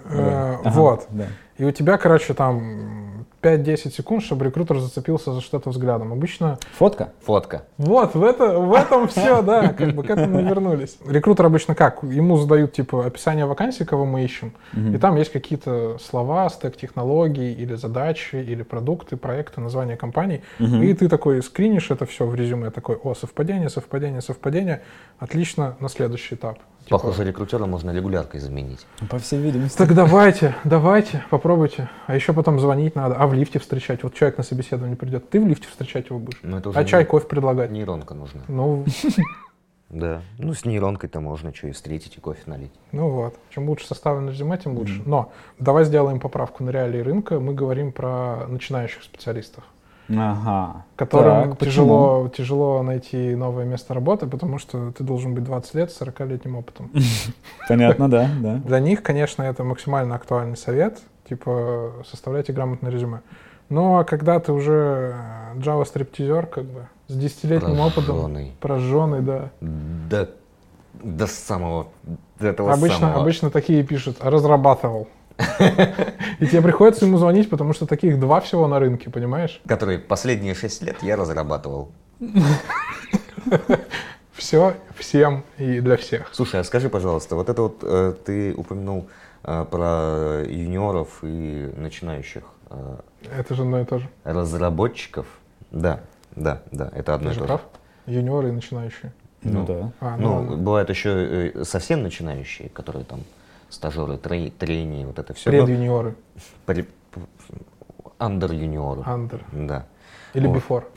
S3: Ага,
S2: Вот.
S3: да.
S2: И у тебя, короче, там 5-10 секунд, чтобы рекрутер зацепился за что-то взглядом. Обычно
S3: Фотка?
S1: Фотка.
S2: Вот, в, это, в
S3: *laughs*
S2: этом все, да, как бы к этому и вернулись. Рекрутер обычно как? Ему задают, типа, описание вакансии, кого мы ищем, и там есть какие-то слова, стек технологий, или задачи, или продукты, проекты, названия компаний, и ты такой скринишь это все в резюме, такой, о, совпадение, совпадение, совпадение, отлично, на следующий этап. Типа,
S1: Похоже, рекрутера можно регуляркой заменить.
S3: По всей видимости.
S2: так давайте, давайте, попробуйте. А еще потом звонить надо. А в лифте встречать? Вот человек на собеседование придет. Ты в лифте встречать его будешь?
S1: Но это уже
S2: А
S1: не-
S2: чай, кофе предлагать?
S1: Нейронка нужна.
S2: Ну,
S1: Да. Ну, с нейронкой-то можно что и встретить, и кофе налить.
S2: Ну вот. Чем лучше составлено резюме, тем лучше. Но давай сделаем поправку на реалии рынка. Мы говорим про начинающих специалистов,
S3: Ага.
S2: которым
S3: Так,
S2: тяжело, тяжело найти новое место работы, потому что ты должен быть 20 лет с
S1: *laughs*
S2: 40-летним опытом.
S3: почему? Понятно, да, да.
S2: Для них, конечно, это максимально актуальный совет, типа составляйте грамотное резюме. Ну а когда ты уже э, Java стриптизер, как бы, с 10-летним опытом,
S1: Прожжённый.
S2: прожженный, да.
S1: До, до самого... До этого
S2: Обычно,
S1: самого.
S2: обычно такие пишут,
S1: *laughs*
S2: разрабатывал. И тебе приходится ему звонить, потому что таких два всего на рынке, понимаешь?
S1: Который последние шесть лет я разрабатывал.
S2: Все, всем и для всех.
S1: Слушай, а скажи, пожалуйста, вот это вот э, ты упомянул э, про юниоров и начинающих э,
S2: Это же одно и то же.
S1: разработчиков. Да, да, да, это одно и
S2: Ты же
S1: то же.
S2: прав. Юниоры и начинающие.
S3: *laughs* Ну да.
S2: А, ну,
S1: Ну,
S2: ладно.
S1: бывают еще э, совсем начинающие, которые там стажеры, трей, трени, вот это все.
S2: Пред-юниоры.
S1: Андер юниоры.
S2: Андер.
S1: Да.
S2: Или
S1: Вот. *laughs*
S2: бифор.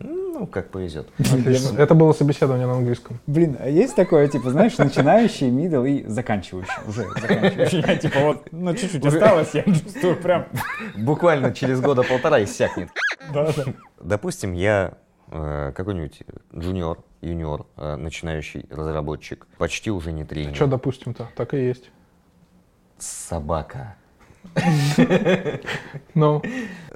S1: Ну, как повезет.
S2: Отлично. Это было собеседование на английском.
S3: Блин, а есть такое, типа, знаешь, начинающий, middle и заканчивающий. *laughs* Уже заканчивающий. Я, типа, вот, ну, чуть-чуть осталось, я чувствую прям... *laughs*
S1: Буквально через года полтора иссякнет.
S3: Да, да.
S1: Допустим, я э, какой-нибудь джуниор, юниор, э, начинающий разработчик, почти уже не тренер.
S2: Что, допустим-то? Так и есть.
S1: Собака.
S2: Ну,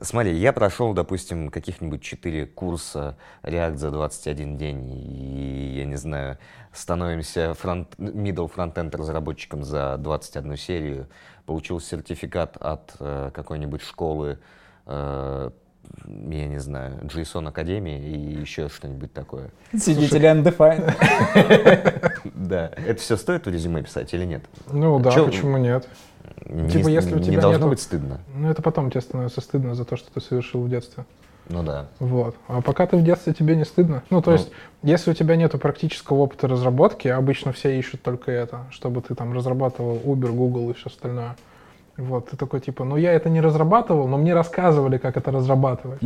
S1: Смотри, я прошел, допустим, каких-нибудь 4 курса React за 21 день, и, я не знаю, становимся фронт, middle фронтенд разработчиком за 21 серию, получил сертификат от э, какой-нибудь школы, э, я не знаю, JSON Академии и еще что-нибудь
S2: *laughs*
S1: такое.
S3: Сидители undefined. *laughs*
S1: Да. Это все стоит в резюме писать или нет?
S2: ну да,
S1: А Чё-
S2: почему нет?
S1: Не-
S2: Типа, если у
S1: не
S2: тебя
S1: должно
S2: нету-
S1: быть стыдно.
S2: Ну, это потом тебе становится стыдно за то, что ты совершил в детстве.
S1: Ну да.
S2: Вот. А пока ты в детстве, тебе не стыдно. Ну, то
S1: Ну.
S2: есть, если у тебя нет практического опыта разработки, а обычно все ищут только это, чтобы ты там разрабатывал Uber, Google и все остальное. Вот, ты такой типа, ну я это не разрабатывал, но мне рассказывали, как это разрабатывать.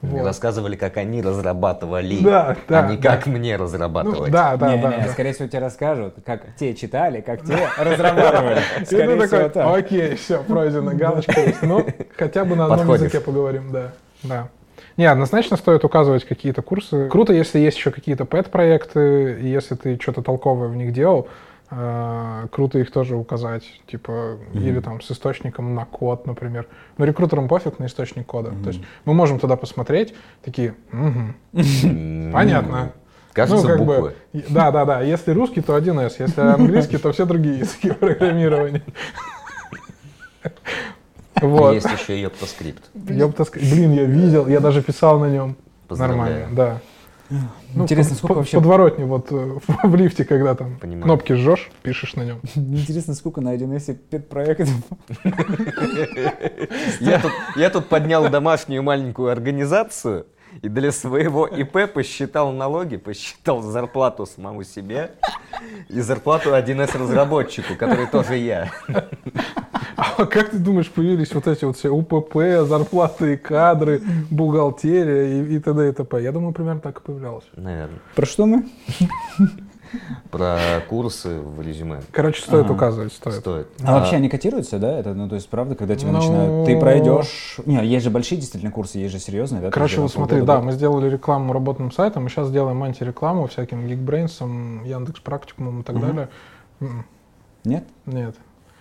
S1: Мне
S2: Вот.
S1: рассказывали, как они разрабатывали,
S2: Да, да,
S1: а не
S2: да.
S1: как мне
S2: Ну,
S1: разрабатывать.
S2: да, да,
S3: Не-не-не,
S2: да. да.
S3: скорее всего, тебе расскажут, как те читали, как *laughs* те разрабатывали.
S2: И ты
S3: Скорее всего,
S2: такой,
S3: так.
S2: окей, все, пройдено, галочка есть. Ну, хотя бы на одном
S1: Подходишь.
S2: языке поговорим, да. Да. Не, однозначно стоит указывать какие-то курсы. Круто, если есть еще какие-то пэт-проекты, и если ты что-то толковое в них делал, э, круто их тоже указать, типа, или там с источником на код, например. Но рекрутерам пофиг на источник кода. То есть мы можем туда посмотреть, такие, «Мгм,
S1: М,
S2: понятно.
S1: Кажется,
S2: Ну, как бы,
S1: буквы.
S2: и- да, да, да. Если русский, то 1С, если английский, то все другие языки *laughs*
S1: *laughs*
S2: программирования. Вот.
S1: Есть еще и оптоскрипт.
S2: Ёпта, ск- блин, я видел, я даже писал на нем.
S1: Поздравляю.
S2: Нормально, да. Ну,
S3: Интересно,
S2: в-
S3: сколько
S2: в-
S3: вообще-
S2: подворотне вот э, *laughs* в лифте, когда там
S1: Понимаю.
S2: кнопки жжешь, пишешь на нем.
S3: Интересно, сколько найдено всех педпроектов.
S1: Я тут, я тут поднял домашнюю маленькую организацию и для своего ИП посчитал налоги, посчитал зарплату самому себе и зарплату 1С-разработчику, который тоже я.
S2: *laughs* А как ты думаешь, появились вот эти вот все УПП, зарплаты, и кадры, бухгалтерия и, и т.д. и т.п. Я думаю, примерно так и появлялось.
S1: Наверное.
S3: Про что мы?
S1: Про курсы в резюме.
S2: Короче, стоит
S3: Ага.
S2: указывать, стоит.
S1: Стоит.
S3: А, вообще они котируются, да? Это, ну, то есть, правда, когда тебя
S2: Ну-
S3: начинают... Ты пройдешь... Не, есть же большие действительно курсы, есть же серьезные, да?
S2: Короче,
S3: там
S2: вот
S3: где на
S2: смотри,
S3: полгода
S2: да,
S3: год.
S2: мы сделали рекламу работным сайтом, и сейчас делаем антирекламу всяким Geekbrains, Яндекс Практикумом и так
S3: Мгм.
S2: далее. М,
S3: Нет?
S2: Нет.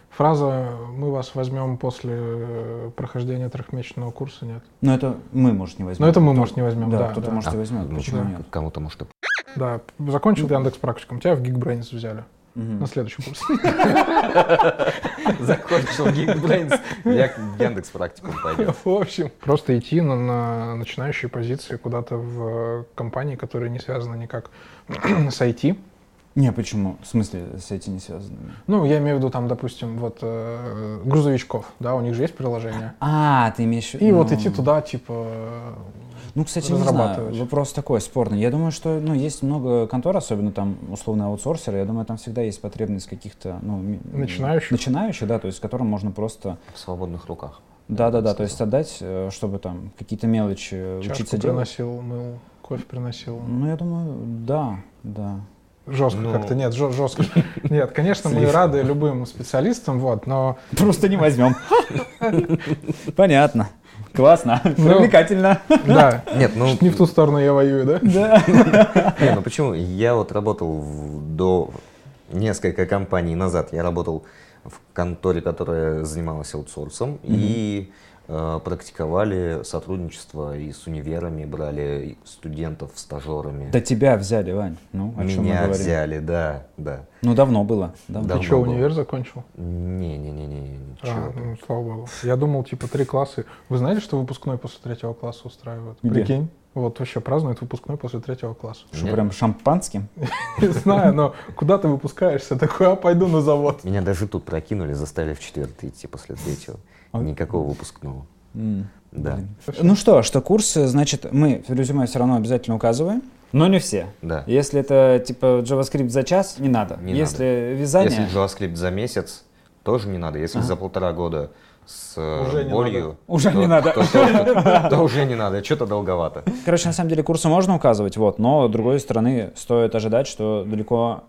S2: Фраза «мы вас возьмем после э, прохождения трехмесячного курса» нет.
S3: Ну, это мы, может, не возьмем.
S2: Но это мы,
S3: Кто-
S2: может, не возьмем.
S3: Да,
S2: Да,
S3: кто-то,
S2: да.
S1: А,
S3: может, и возьмет.
S1: ну,
S3: Почему
S2: да.
S3: нет?
S1: Кому-то может и *laughs*
S2: Да, закончил ты Яндекс Практикум, тебя в Geekbrains взяли
S3: Мгм.
S2: на следующий курс. *laughs*
S1: закончил Geekbrains. Я к Яндекс практикум
S2: *laughs*
S1: пойду.
S2: В общем, просто идти на, на начинающие позиции куда-то в э, компании, которые не связаны никак *clears throat* с IT.
S3: Не, почему? В смысле, с этим не связано?
S2: Ну, я имею в виду там, допустим, вот э, грузовичков, да, у них же есть приложение.
S3: А, ты имеешь... в виду-
S2: И вот
S3: ну,
S2: идти туда, типа, э,
S3: Ну, кстати, не знаю.
S2: разрабатывать.
S3: Вопрос такой спорный. Я думаю, что ну, есть много контор, особенно там условно аутсорсеры. Я думаю, там всегда есть потребность каких-то ну, м-
S2: Начинающих.
S3: начинающих, да, то есть которым можно просто
S1: В свободных руках.
S3: да, да, да,
S1: Сказал.
S3: то есть отдать, э, чтобы там какие-то мелочи э,
S2: чашку
S3: учиться делать.
S2: приносил, мыл, кофе приносил.
S3: Ну, я думаю, да, да.
S2: Жестко
S1: Ну.
S2: как-то, нет,
S1: *laughs*
S2: жё- жестко. Нет, конечно, мы
S1: Слишком.
S2: рады любым специалистам,
S1: *laughs*
S2: вот, но
S3: Просто не возьмем. *laughs* Понятно. Классно.
S2: Ну.
S3: Привлекательно.
S2: да,
S1: Нет, ну,
S2: не в ту сторону я воюю, да?
S3: Да.
S1: Не, ну почему? Я вот работал в- до несколько компаний назад. Я работал в конторе, которая занималась аутсорсом, и э, практиковали сотрудничество и с универами, брали студентов стажерами.
S3: Да тебя взяли, Вань. Ну, о чем мы
S1: Меня
S3: говорим?
S1: взяли, да, да.
S3: Ну, давно было. давно.
S1: Да.
S2: Ты что,
S1: было.
S2: универ закончил?
S1: Не-не-не-не,
S2: А,
S1: ничего.
S2: ну, слава богу. Я думал, типа, три класса. Вы знаете, что выпускной после третьего класса устраивают?
S3: Где?
S2: Прикинь. Вот вообще празднуют выпускной после третьего класса. *laughs*
S3: Что, прям шампанским?
S2: Не знаю, но куда ты выпускаешься? Такой, а пойду на завод.
S1: Меня даже тут прокинули, заставили в четвертый идти после третьего.
S3: А-
S1: Никакого выпускного.
S3: М.
S1: Да,
S3: Блин. Ну что, что курсы, значит, мы в резюме все равно обязательно указываем, но не все.
S1: да.
S3: Если это типа JavaScript за час, не надо.
S1: Не
S3: Если вязание,
S1: Если JavaScript за месяц, тоже не надо. Если за полтора года с э,
S2: Уже не
S1: болью,
S2: надо.
S3: Уже
S1: то-
S3: не надо.
S1: то-
S3: *laughs*
S1: то- то уже не надо. Что-то долговато.
S3: короче, на самом деле курсы можно указывать, вот, но с другой стороны стоит ожидать, что далеко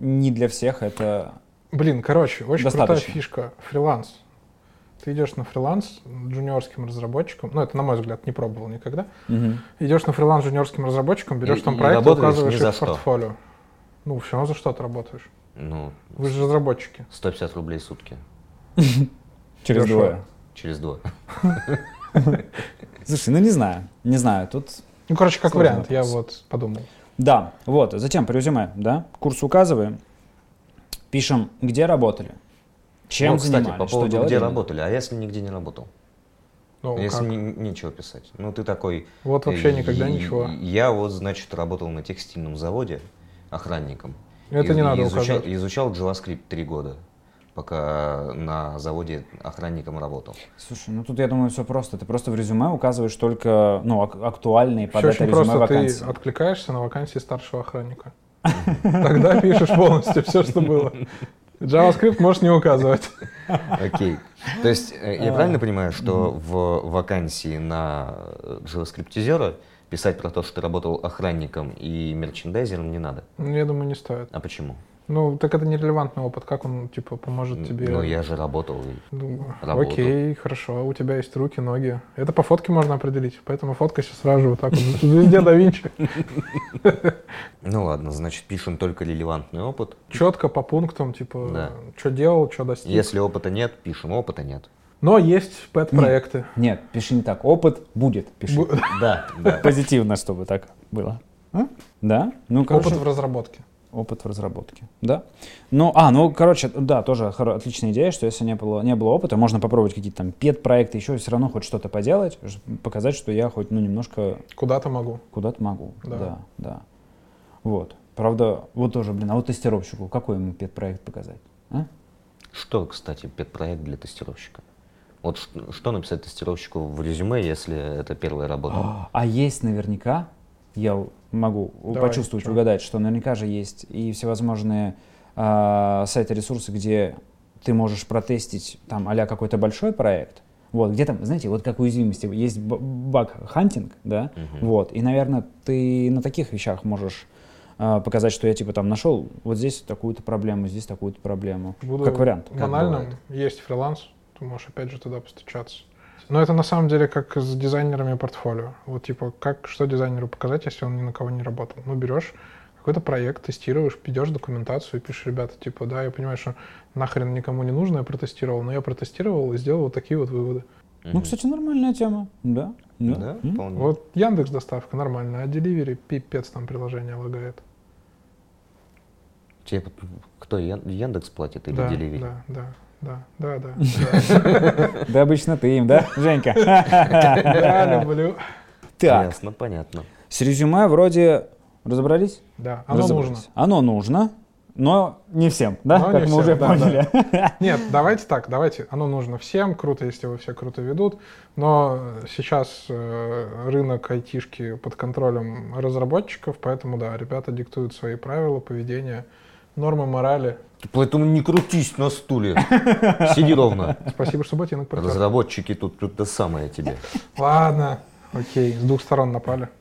S3: не для всех это.
S2: Блин, короче, очень
S3: Достаточно.
S2: крутая фишка. Фриланс. Ты идешь на фриланс джуниорским разработчиком. Ну, это, на мой взгляд, не пробовал никогда. Идешь на фриланс джуниорским разработчиком, берешь
S1: И-
S2: там
S1: и
S2: проект и
S1: работаешь
S2: указываешь
S1: ни за
S2: их в
S1: что.
S2: портфолио. Ну, все равно за что ты работаешь.
S1: Ну,
S2: Вы же разработчики.
S1: 150 рублей в сутки.
S3: Через
S2: Дешево.
S3: двое.
S1: Через двое.
S3: Слушай, ну не знаю, не знаю, тут
S2: Ну, короче, как
S3: Сложный
S2: вариант, я
S3: вопрос.
S2: вот подумал.
S3: Да, вот, затем по резюме, да, курс указываем, пишем, где работали, чем
S1: Ну, кстати,
S3: занимались,
S1: по
S3: что
S1: поводу,
S3: делали.
S1: где работали. А если нигде не работал?
S2: Ну,
S1: Если
S2: как?
S1: не- нечего писать. Ну, ты такой...
S2: Вот вообще
S1: э,
S2: никогда
S1: и-
S2: ничего.
S1: Я вот, значит, работал на текстильном заводе охранником.
S2: Это
S1: И-
S2: не
S1: и
S2: надо
S1: изучал,
S2: указывать.
S1: Изучал JavaScript три года, пока на заводе охранником работал.
S3: Слушай, ну тут, я думаю, все просто. Ты просто в резюме указываешь только, ну, ак- актуальные под
S2: Все
S3: это
S2: очень
S3: резюме
S2: просто.
S3: вакансии.
S2: Ты откликаешься на вакансии старшего охранника. Тогда пишешь полностью все,
S1: *laughs*
S2: что было. JavaScript можешь не указывать.
S1: Окей. То есть э, я правильно понимаю, что в вакансии на э, JavaScript-зера писать про то, что ты работал охранником и мерчендайзером, не надо?
S2: Ну, я думаю, не стоит.
S1: А почему?
S2: Ну, так это нерелевантный опыт. Как он, типа, поможет тебе?
S1: Ну, я же работал. и-
S2: Ну,
S1: Работу.
S2: окей, хорошо, у тебя есть руки, ноги. Это по фотке можно определить, поэтому фоткайся сразу же вот так вот. *laughs* в Звезде да Винчи.
S1: Ну ладно, значит, пишем только релевантный опыт.
S2: Четко по пунктам, типа,
S1: Да.
S2: что делал, что достиг.
S1: Если опыта нет, пишем, опыта нет.
S2: Но есть пэт-проекты.
S3: Нет, пиши не так. Опыт будет, пиши.
S2: Бу-
S1: Да, да.
S3: Позитивно, чтобы так было. А? Да? Ну, короче,
S2: Опыт в разработке.
S3: опыт в разработке, да? Ну, а, ну, короче, да, тоже хоро- отличная идея, что если не было, не было опыта, можно попробовать какие-то там педпроекты, еще все равно хоть что-то поделать, ж- показать, что я хоть, ну, немножко
S2: Куда-то могу.
S3: куда-то могу. Да.
S2: Да.
S3: да, Вот. Правда, вот тоже, блин, а вот тестировщику какой ему педпроект показать? А?
S1: Что, кстати, педпроект для тестировщика? Вот ш- что, написать тестировщику в резюме, если это первая работа?
S3: А есть наверняка, я у- могу у-
S2: Давай,
S3: почувствовать,
S2: чё?
S3: угадать, что наверняка же есть и всевозможные а, сайты, ресурсы, где ты можешь протестить там а какой-то большой проект. Вот, где там, знаете, вот как уязвимости, есть б- баг-хантинг, да,
S1: Мгм.
S3: вот, и, наверное, ты на таких вещах можешь а, показать, что я, типа, там нашел вот здесь такую-то проблему, здесь такую-то проблему,
S2: Буду
S3: как вариант.
S1: Как
S2: банальным.
S1: бывает.
S2: Есть фриланс, ты можешь опять же туда постучаться. Но это на самом деле как с дизайнерами портфолио. Вот типа, как, что дизайнеру показать, если он ни на кого не работал? Ну, берешь какой-то проект, тестируешь, идешь документацию и пишешь, ребята, типа, да, я понимаю, что нахрен никому не нужно, я протестировал, но я протестировал и сделал вот такие вот выводы.
S3: Ну,
S1: Мгм.
S3: кстати, нормальная тема, да.
S1: да,
S3: М?
S1: вполне.
S2: Вот Яндекс доставка нормально, а Delivery пипец там приложение лагает.
S1: Тебе п- Типа, кто, Ян- Яндекс платит или
S2: да,
S1: Delivery?
S2: да, да, да, да, да. *laughs*
S3: Да обычно ты им, да, Женька?
S2: Я люблю.
S3: Так,
S1: Ясно, понятно.
S3: с резюме вроде разобрались?
S2: Да, оно нужно.
S3: Разобрались. Оно нужно, но не всем,
S2: Но
S3: да,
S2: не
S3: как мы
S2: всем,
S3: уже
S2: да,
S3: поняли.
S2: Нет, давайте так, давайте. Оно нужно всем, круто, если вы все круто ведут. Но сейчас э, рынок айтишки под контролем разработчиков, поэтому да, ребята диктуют свои правила поведения, нормы морали.
S1: Поэтому не крутись на *laughs* стуле. Сиди ровно.
S2: Спасибо, что ботинок протер.
S1: Разработчики тут, тут то самое тебе.
S2: Ладно, окей, с двух сторон напали.
S3: *laughs*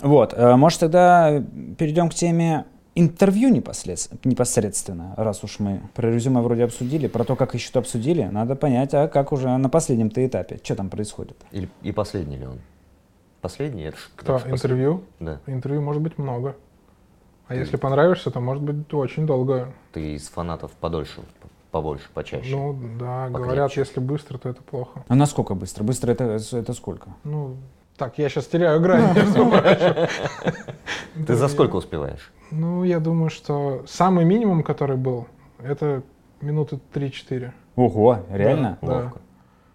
S3: Вот, э, может тогда перейдем к теме интервью непоследс- непосредственно, раз уж мы про резюме вроде обсудили, про то, как еще обсудили, надо понять, а как уже на последнем-то этапе, что там происходит.
S1: Или- и последний ли он? Последний? Это ж-
S2: Кто?
S1: это ж пос-
S2: Интервью?
S1: Да.
S2: Интервью может быть много. А если понравишься, то может быть очень долго.
S1: Ты из фанатов подольше, п- побольше, почаще.
S2: Ну да,
S1: Покрепче.
S2: говорят, если быстро, то это плохо.
S3: А насколько быстро? Быстро это, это сколько?
S2: Ну, так, я сейчас теряю грань. *laughs* я понимаю.
S1: *laughs* Ты за сколько успеваешь?
S2: Ну, я думаю, что самый минимум, который был, это минуты 3-4.
S3: Ого, реально?
S2: Да.
S1: Ловко.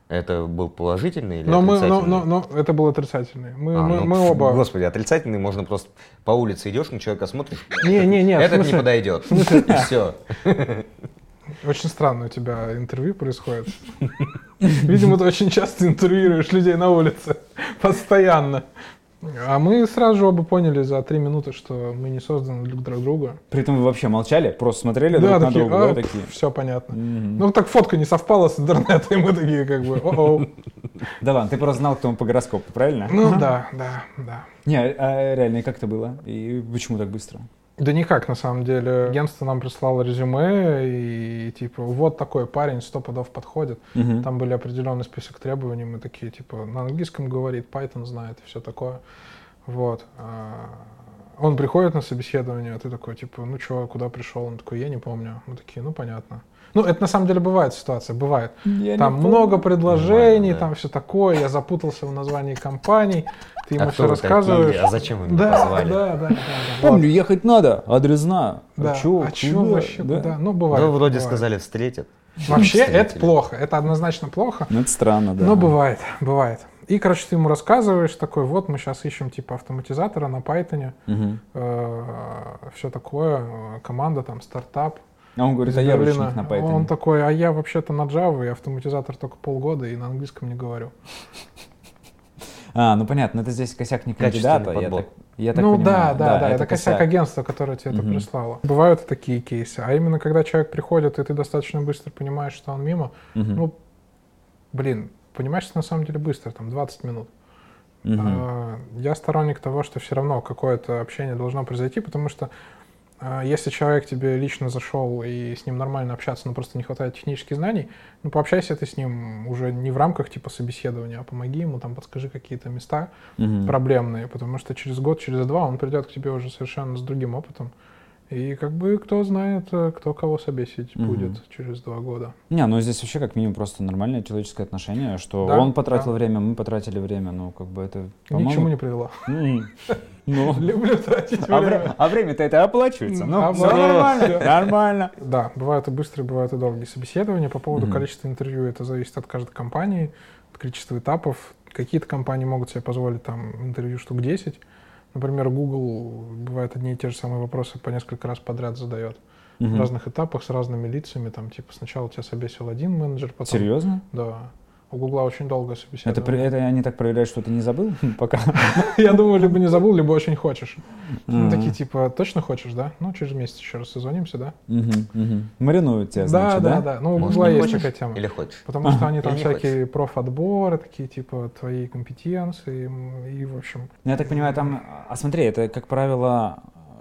S1: Это был положительный или
S2: Но, мы, но,
S1: отрицательный?
S2: но, но это был отрицательный. Мы,
S1: А,
S2: мы,
S1: ну,
S2: мы
S1: пф,
S2: оба...
S1: Господи, отрицательный можно просто по улице идешь, на человека смотришь.
S2: Не, не, не, в
S1: Этот не
S3: типа
S2: смысле-
S1: подойдет. *laughs* И все.
S2: Очень странно у тебя интервью происходит. *laughs* Видимо, ты очень часто интервьюируешь людей на улице. *laughs* Постоянно. А мы сразу же оба поняли за три минуты, что мы не созданы для друг друга.
S3: При этом вы вообще молчали, просто смотрели друг на друга, да, такие.
S2: все понятно.
S3: Мгм.
S2: Ну, так фотка не совпала с интернетом, *laughs* и мы такие как бы, о
S3: Да ладно, ты просто знал, кто он по гороскопу, правильно?
S2: Ну, да, да, да.
S3: Не, а реально, и как это было? И почему так быстро?
S2: Да никак, на самом деле. Агентство нам прислало резюме, и типа, вот такой парень, сто пудов подходит. Там были определенный список требований, мы такие, типа, на английском говорит, Python знает и все такое. Вот. А, Он приходит на собеседование, а ты такой, типа, ну чё, куда пришел? Он такой, я не помню. Мы такие, ну понятно. Ну, это на самом деле бывает ситуация, бывает. Там много
S1: Нормально,
S2: предложений,
S1: да.
S2: там все такое, я запутался в названии компаний, ты ему
S1: А
S2: все
S1: кто вы
S2: рассказываешь.
S1: такие? А зачем вы меня
S2: Да, да,
S1: позвали?
S2: да, да, да.
S3: Помню, ехать надо, адрес знаю.
S2: Да.
S3: А чё,
S2: а чё
S3: куда,
S2: вообще?
S3: да?
S2: куда? Ну, бывает.
S1: Ну, вроде
S2: бывает.
S1: сказали, встретят.
S2: *laughs* Вообще, это
S1: встретили.
S2: плохо. Это однозначно плохо.
S3: Ну, это странно, да.
S2: Но бывает, бывает. И, короче, ты ему рассказываешь такой, вот мы сейчас ищем типа автоматизатора на Python,
S3: Мгм.
S2: все такое, э, команда там, стартап.
S3: А он говорит,
S2: из
S3: а я
S2: Берлина».
S3: ручник на
S2: Он
S3: Python.
S2: такой, а я вообще-то на Java, и автоматизатор только полгода, и на английском не говорю.
S3: А, ну понятно, это здесь косяк не
S1: Качественный
S3: кандидата. Я
S1: подбор.
S3: так, я так
S2: ну да,
S3: понимаю.
S2: да, да, это косяк агентства, которое тебе это
S3: Мгм.
S2: прислало. Бывают и такие кейсы. А именно, когда человек приходит, и ты достаточно быстро понимаешь, что он мимо,
S3: Мгм.
S2: ну, блин, понимаешь, это на самом деле быстро, там 20 минут.
S3: Мгм.
S2: А, Я сторонник того, что все равно какое-то общение должно произойти, потому что а, если человек тебе лично зашел и с ним нормально общаться, но просто не хватает технических знаний, ну пообщайся ты с ним уже не в рамках типа собеседования, а помоги ему, там подскажи какие-то места
S3: Мгм.
S2: проблемные, потому что через год, через два он придет к тебе уже совершенно с другим опытом, И как бы кто знает, э, кто кого собесить
S3: Мгм.
S2: будет через два года.
S3: Не, ну здесь вообще как минимум просто нормальное человеческое отношение, что
S2: Да,
S3: он потратил
S2: да.
S3: время, мы потратили время, ну как бы это,
S2: Ни к чему
S3: по-моему...
S2: не
S3: *laughs*
S2: привело. *laughs*
S3: М, Ну,
S2: Люблю тратить
S3: а вре-
S2: время.
S3: а время-то это оплачивается. Ну,
S2: А
S3: всё
S2: вот,
S3: нормально,
S2: всё.
S3: нормально.
S2: Да, бывают и быстрые, бывают и долгие собеседования. По поводу
S3: Мгм.
S2: количества интервью это зависит от каждой компании, от количества этапов. Какие-то компании могут себе позволить там интервью штук 10. Например, Google бывает одни и те же самые вопросы по несколько раз подряд задает. В
S3: Мгм.
S2: разных этапах с разными лицами. Там типа сначала тебя собесил один менеджер, потом...
S3: Серьезно?
S2: Да. У Гугла очень долго собеседование.
S3: Это, при- это они так проверяют, что ты не забыл *laughs* пока?
S2: *laughs* Я думаю, либо не забыл, либо очень хочешь. Ну,
S3: Ага.
S2: такие типа, точно хочешь, да? Ну, через месяц еще раз созвонимся, да?
S3: Мгм, мгм. Маринуют тебя, значит,
S2: да,
S3: да?
S2: да, Ну, у
S1: Может,
S2: Гугла
S1: не
S2: есть
S1: хочешь
S2: такая тема.
S1: Или хочешь?
S2: Потому что они там
S1: Или не
S2: всякие профотборы, такие типа твои компетенции м, и, в общем,
S3: Ну, я так понимаю, там... А смотри, это, как правило...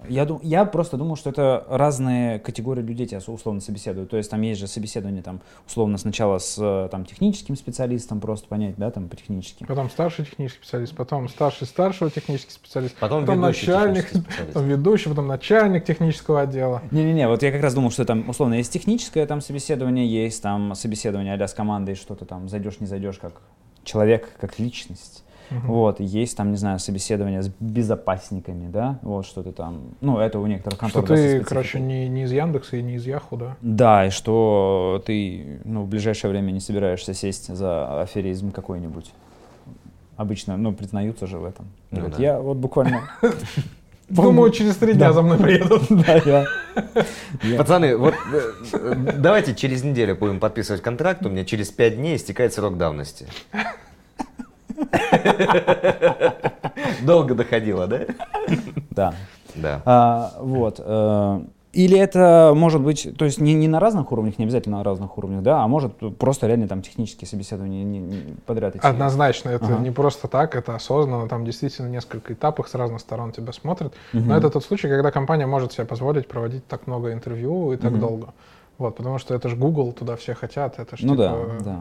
S3: Я, дум- я просто думал, что это разные категории людей тебя условно собеседуют. То есть там есть же собеседование там условно сначала с э, там, техническим специалистом, просто понять, да, там по техническим.
S2: потом старший технический специалист, потом старший старшего технический специалист,
S1: Потом,
S2: потом
S1: ведущий
S2: начальник,
S1: технический специалист.
S2: *laughs* потом ведущий, потом начальник технического отдела.
S3: Не-не-не, вот я как раз думал, что там условно есть техническое там собеседование, есть там собеседование а с командой, что ты там зайдешь, не зайдешь как человек, как личность.
S2: Мгм.
S3: Вот, есть там, не знаю, собеседование с безопасниками, да, вот что-то там, ну, это у некоторых
S2: Что
S3: контор. да, со
S2: ты,
S3: спецификой.
S2: короче, не, не из Яндекса и не из Яху, да?
S3: Да, и что ты, ну, в ближайшее время не собираешься сесть за аферизм какой-нибудь. Обычно, ну, признаются же в этом.
S1: Ну
S3: Говорят,
S1: да.
S3: Я вот буквально... *laughs*
S2: Думаю, через три дня
S3: Да.
S2: за мной приедут.
S3: Да, я... я-
S1: Пацаны, вот э, э, давайте через неделю будем подписывать контракт. У меня через пять дней истекает срок давности. *laughs* Долго доходило, да?
S3: Да.
S1: Да.
S3: А, Вот. э, Или это может быть, то есть не, не на разных уровнях, не обязательно на разных уровнях, да, а может просто реально там технические собеседования не- не- подряд идти.
S2: Однозначно, это
S3: Ага.
S2: не просто так, это осознанно, там действительно несколько этапов с разных сторон тебя смотрят.
S3: Мгм.
S2: Но ну, это тот случай, когда компания может себе позволить проводить так много интервью и так
S3: Мгм.
S2: долго. Вот, потому что это же Google, туда все хотят, это же
S3: Ну да,
S2: типа,
S3: да.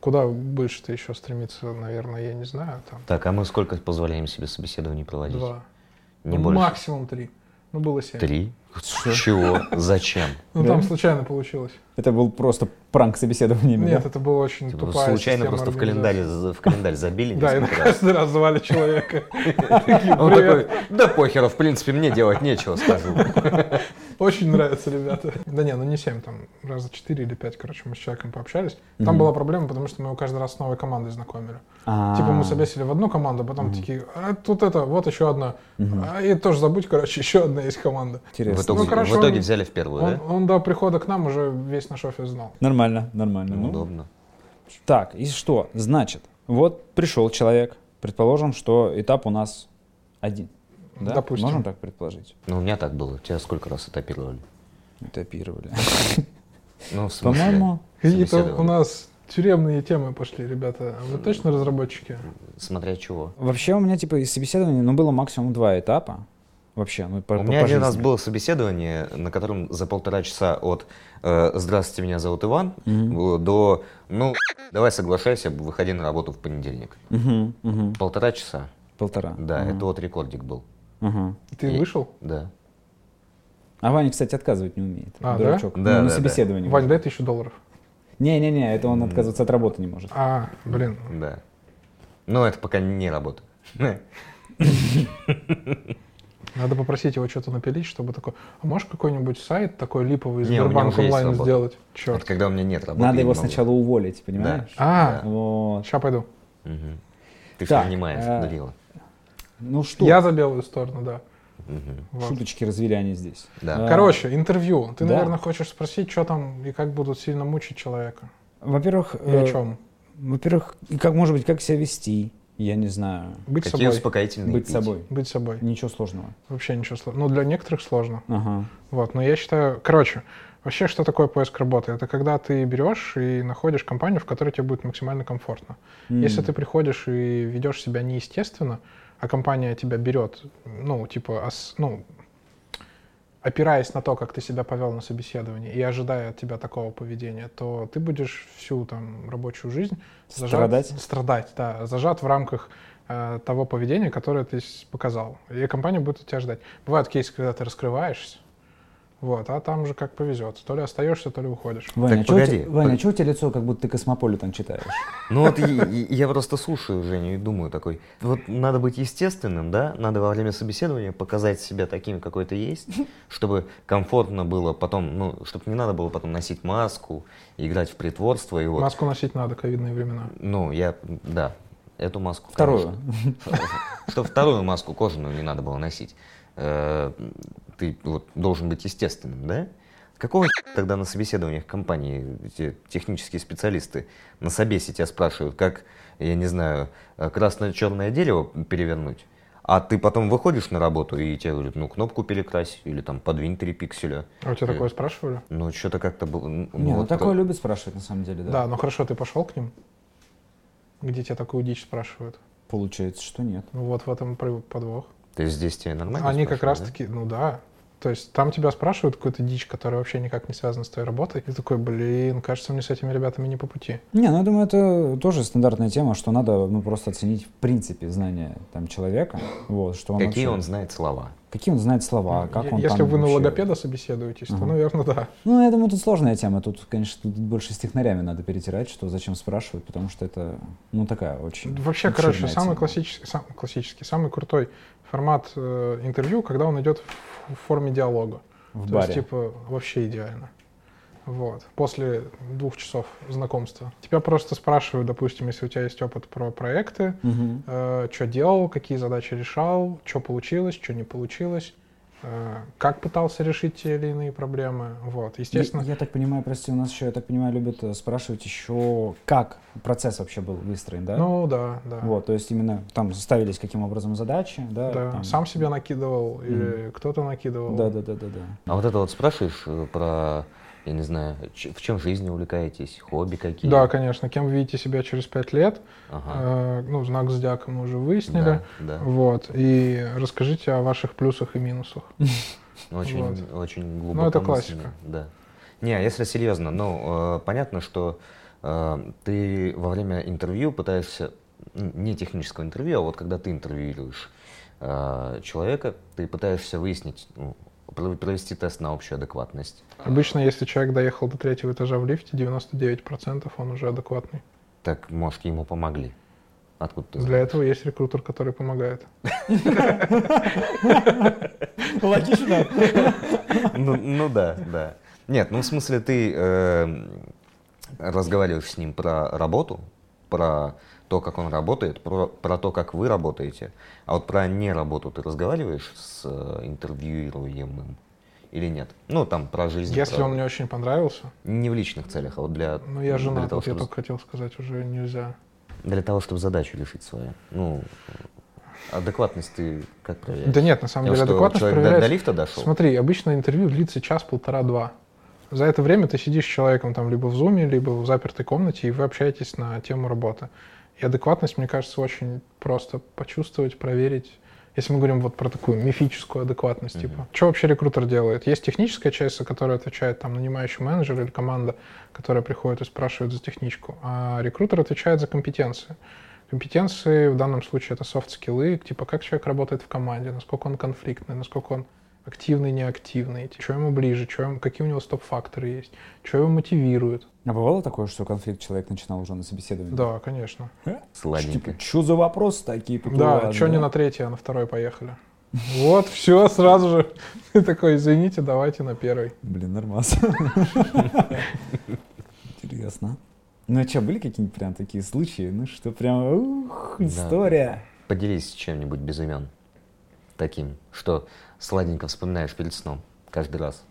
S2: куда больше-то еще стремиться, наверное, я не знаю, там
S1: Так, а мы сколько позволяем себе собеседований проводить?
S2: два.
S1: Не
S2: Ну,
S1: больше.
S2: максимум три. Ну, было семь.
S1: Три? Чего? Зачем?
S2: Ну,
S3: Да?
S2: там случайно получилось.
S3: Это был просто пранк собеседованиями.
S2: Нет,
S3: да?
S2: это было очень
S1: Типа,
S2: Ну, тупая
S1: Случайно
S2: система
S1: просто в
S2: организации.
S1: календаре за- в календарь забили
S2: *laughs* Да, и
S1: несколько раз.
S2: каждый раз звали
S1: *laughs*
S2: человека. Такие,
S1: Он такой,
S2: «Привет,
S1: да похеру, в принципе, мне делать нечего, скажу.
S2: Очень нравится, ребята. Да не, ну не 7, там раза 4 или 5, короче, мы с человеком пообщались. Там
S3: Мгм.
S2: была проблема, потому что мы его каждый раз с новой командой знакомили.
S3: А.
S2: Типа мы собесили в одну команду, потом такие, а тут это, вот еще одна. А, и тоже забудь, короче, *laughs* еще одна есть команда.
S1: В
S3: Интересно.
S1: итоге,
S2: Ну, хорошо,
S1: в итоге
S2: он-
S1: взяли в первую,
S2: Он,
S1: да?
S2: он до прихода к нам уже весь наш офис знал.
S3: Нормально, нормально.
S1: Ну,
S3: Ну,
S1: Удобно.
S3: Так, и что? Значит, вот пришел человек, предположим, что этап у нас один. Да?
S2: Допустим.
S3: Можем так предположить?
S1: Ну, у меня так было. Тебя сколько раз этапировали?
S3: Этапировали.
S1: Ну, в смысле?
S3: По-моему,
S2: Какие-то
S1: собеседовали.
S2: у нас тюремные темы пошли, ребята. А Вы точно разработчики?
S1: Смотря чего.
S3: вообще у меня типа из собеседования, ну, было максимум два этапа. Вообще, ну, по,
S1: У
S3: по-
S1: меня
S3: по
S1: один раз
S3: жизни.
S1: было собеседование, на котором за полтора часа от э, «Здравствуйте, меня зовут Иван»
S3: Мгм.
S1: э, до «Ну, давай соглашайся, выходи на работу в понедельник».
S3: Мгм, мгм.
S1: Полтора часа,
S3: Полтора.
S1: да,
S3: Ага,
S1: это вот рекордик был,
S3: ага.
S2: Ты
S1: И-
S2: вышел?
S1: да.
S3: А Ваня, кстати, отказывать не умеет.
S2: А, да?
S3: Дурачок.
S1: Да,
S3: Ну,
S1: да,
S3: на
S1: да.
S3: собеседовании.
S2: Вань, дай тысячу долларов.
S3: Не-не-не, это он отказываться от работы не может.
S2: А, блин.
S1: Да. Но это пока не работа. *laughs*
S2: Надо попросить его что-то напилить, чтобы такой, а можешь какой-нибудь сайт такой липовый из
S1: Не, у меня
S2: Сбербанк
S1: уже есть
S2: онлайн
S1: работа.
S2: сделать?
S1: Это
S2: Черт.
S1: когда у меня нет работы.
S3: Надо
S1: я
S3: его
S1: не могу.
S3: сначала уволить, понимаешь?
S2: А,
S3: Вот.
S2: сейчас пойду.
S1: Мгм. Ты
S3: Так,
S1: все понимаешь,
S3: э,
S1: Данила.
S3: Ну что,
S2: Я за белую сторону, да.
S1: Мгм.
S2: Вот.
S3: шуточки развели они здесь.
S1: Да.
S3: А,
S2: Короче, интервью. Ты,
S3: Да.
S2: наверное, хочешь спросить, что там и как будут сильно мучить человека.
S3: Во-первых,
S2: И о
S3: э,
S2: чем?
S3: во-первых, и как может быть, как себя вести, я не знаю.
S2: Быть
S1: Какие
S2: собой.
S1: успокоительные
S3: Быть
S1: пить.
S3: собой.
S2: Быть собой.
S3: Ничего сложного.
S2: Вообще ничего сложного. Ну, для некоторых сложно.
S3: Ага.
S2: Вот, но я считаю... Короче, вообще, что такое поиск работы? Это когда ты берешь и находишь компанию, в которой тебе будет максимально комфортно.
S3: М.
S2: Если ты приходишь и ведешь себя неестественно, а компания тебя берет, ну, типа, ос- ну, опираясь на то, как ты себя повел на собеседовании и ожидая от тебя такого поведения, то ты будешь всю там рабочую жизнь зажат-
S3: Страдать?
S2: страдать, да, зажат в рамках э, того поведения, которое ты с- показал. И компания будет от тебя ждать. Бывают кейсы, когда ты раскрываешься, Вот, а там же как повезет. То ли остаешься, то ли уходишь.
S3: Ваня,
S1: Так,
S3: чё у
S1: погоди,
S3: те- Ваня,
S1: пог-
S3: чё у тебя лицо, как будто ты Космополитен читаешь?
S1: Ну вот и- и- я просто слушаю Женю и думаю такой, вот надо быть естественным, да, надо во время собеседования показать себя таким, какой ты
S3: *laughs*
S1: есть, чтобы комфортно было потом, ну, чтобы не надо было потом носить маску, играть в притворство и вот.
S2: Маску носить надо, ковидные времена.
S1: Ну, я, да, эту маску.
S3: Вторую.
S1: Чтобы вторую маску кожаную не надо было носить. Э, Ты вот должен быть естественным, да? Какого хи- тогда на собеседованиях компании эти технические специалисты на собесе тебя спрашивают, как, я не знаю, э, красно-черное дерево перевернуть? А ты потом выходишь на работу и тебе говорят, ну, кнопку перекрась или там подвинь три пикселя.
S2: А у тебя
S1: Э,
S2: такое спрашивали?
S1: Ну, что-то как-то было... ну,
S3: Не, ну
S1: вот
S3: такое любят спрашивать на самом деле,
S2: Да.
S3: да.
S2: ну хорошо, ты пошел к ним, где тебя такую дичь спрашивают.
S3: Получается, что нет.
S2: Ну вот в этом при- подвох.
S1: То есть здесь тебе нормально
S2: Они как раз
S1: спрашивают, да?
S2: таки, ну да. То есть там тебя спрашивают какую-то дичь, которая вообще никак не связана с твоей работой. И ты такой, блин, кажется, мне с этими ребятами не по пути.
S3: Не, ну я думаю, это тоже стандартная тема, что надо ну, просто оценить в принципе знания там, человека. Вот, что он
S1: Какие
S3: вообще-
S1: он знает слова?
S3: Какие он знает слова, а как
S2: Ну, Е-
S3: он
S2: Если
S3: там
S2: вы на
S3: вообще-
S2: логопеда собеседуетесь, то,
S3: Ага.
S2: наверное, да.
S3: Ну, я думаю, тут сложная тема. Тут, конечно, тут больше с технарями надо перетирать, что зачем спрашивать, потому что это, ну, такая очень...
S2: Вообще,
S3: обширная
S2: короче,
S3: тема.
S2: самый классический, сам- классический, самый крутой формат э, интервью, когда он идет в- в форме диалога.
S3: В
S2: То
S3: баре.
S2: есть, типа, вообще идеально. Вот. После двух часов знакомства. Тебя просто спрашивают, допустим, если у тебя есть опыт про проекты,
S3: Мгм.
S2: что делал, какие задачи решал, что получилось, что не получилось, э, как пытался решить те или иные проблемы. Вот, естественно.
S3: Я, я так понимаю, прости, у нас еще, я так понимаю, любят э, спрашивать еще, как процесс вообще был выстроен, да?
S2: Ну да, да.
S3: вот, то есть именно там ставились каким образом задачи, да?
S2: да.
S3: там-
S2: Сам себя накидывал или кто-то накидывал.
S3: Да, да, да, да, да.
S1: А вот это вот спрашиваешь э, про, я не знаю, ч- в чем в жизни увлекаетесь, хобби какие?
S2: Да, конечно. Кем вы видите себя через пять лет?
S1: Ага.
S2: Э, ну, знак зодиака мы уже выяснили.
S1: Да, да.
S2: Вот. И расскажите о ваших плюсах и минусах.
S1: Очень,
S2: вот.
S1: очень глубоко.
S2: Ну, это
S1: мысленно,
S2: классика.
S1: Да. Не, а если серьезно, ну, э, понятно, что э, ты во время интервью пытаешься, м, не технического интервью, а вот когда ты интервьюируешь э, человека, ты пытаешься выяснить, ну, пр- провести тест на общую адекватность.
S2: Обычно, если человек доехал до третьего этажа в лифте, 99% он уже адекватный.
S1: Так, может, ему помогли. Откуда ты
S2: Для
S1: знаешь?
S2: этого есть рекрутер, который помогает.
S3: Логично.
S1: Ну, ну да, да. Нет, ну в смысле ты э, разговариваешь с ним про работу, про то, как он работает, про, про то, как вы работаете. А вот про неработу ты разговариваешь с э, интервьюируемым или нет? Ну, там про жизнь.
S2: Если
S1: про-
S2: он мне очень понравился,
S1: Не в личных целях, а вот для,
S2: ну я
S1: для,
S2: женат,
S1: того,
S2: вот я
S1: чтобы,
S2: только хотел сказать, уже нельзя.
S1: для того, чтобы задачу решить свою. Ну, адекватность ты как проверяешь?
S2: Да нет, на самом
S1: Потому
S2: деле
S1: что
S2: адекватность
S1: человек до-
S2: проверяется.
S1: до лифта дошел?
S2: Смотри, обычно интервью длится час, полтора, два. За это время ты сидишь с человеком там либо в зуме, либо в запертой комнате, и вы общаетесь на тему работы. И адекватность, мне кажется, очень просто почувствовать, проверить. Если мы говорим вот про такую мифическую адекватность, типа, что вообще рекрутер делает? Есть техническая часть, за которую отвечает там нанимающий менеджер или команда, которая приходит и спрашивает за техничку, а рекрутер отвечает за компетенции. Компетенции в данном случае это софт-скиллы, типа как человек работает в команде, насколько он конфликтный, насколько он активный, неактивный, что ему ближе, чё ему, какие у него стоп-факторы есть, что его мотивирует.
S3: А бывало такое, что конфликт человек начинал уже на собеседовании?
S2: Да, конечно.
S1: Сладенько.
S3: Типа, что за вопросы такие?
S2: да, что не на третий, а на второй поехали. Вот, все, сразу же. *laughs* Ты такой, извините, давайте на первый.
S3: Блин, нормас. Интересно. Ну а что, были какие-нибудь прям такие случаи? Ну что, прям ух,
S1: Да.
S3: история.
S1: Поделись чем-нибудь без имен. Таким, что сладенько вспоминаешь перед сном. Каждый раз.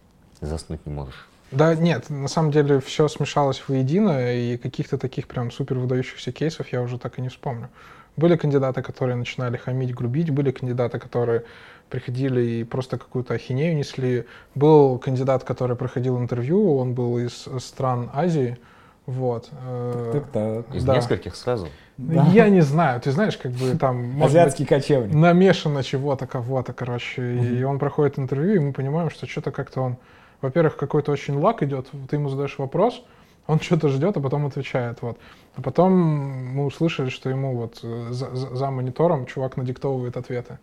S1: Заснуть не можешь.
S2: Да нет, на самом деле все смешалось воедино, и каких-то таких прям супер выдающихся кейсов я уже так и не вспомню. Были кандидаты, которые начинали хамить, грубить, были кандидаты, которые приходили и просто какую-то ахинею несли. Был кандидат, который проходил интервью, он был из стран Азии, вот. э,
S3: Так-так.
S1: Из
S2: Да.
S1: нескольких сразу.
S3: Да.
S2: Я не знаю, ты знаешь, как бы там... может быть,
S3: Азиатский кочевник.
S2: намешано чего-то, кого-то, короче. И он проходит интервью, и мы понимаем, что что-то как-то он... Во-первых, какой-то очень лак идет, ты ему задаешь вопрос, он что-то ждет, а потом отвечает, вот. А потом мы услышали, что ему вот э, за, за- за монитором чувак надиктовывает ответы.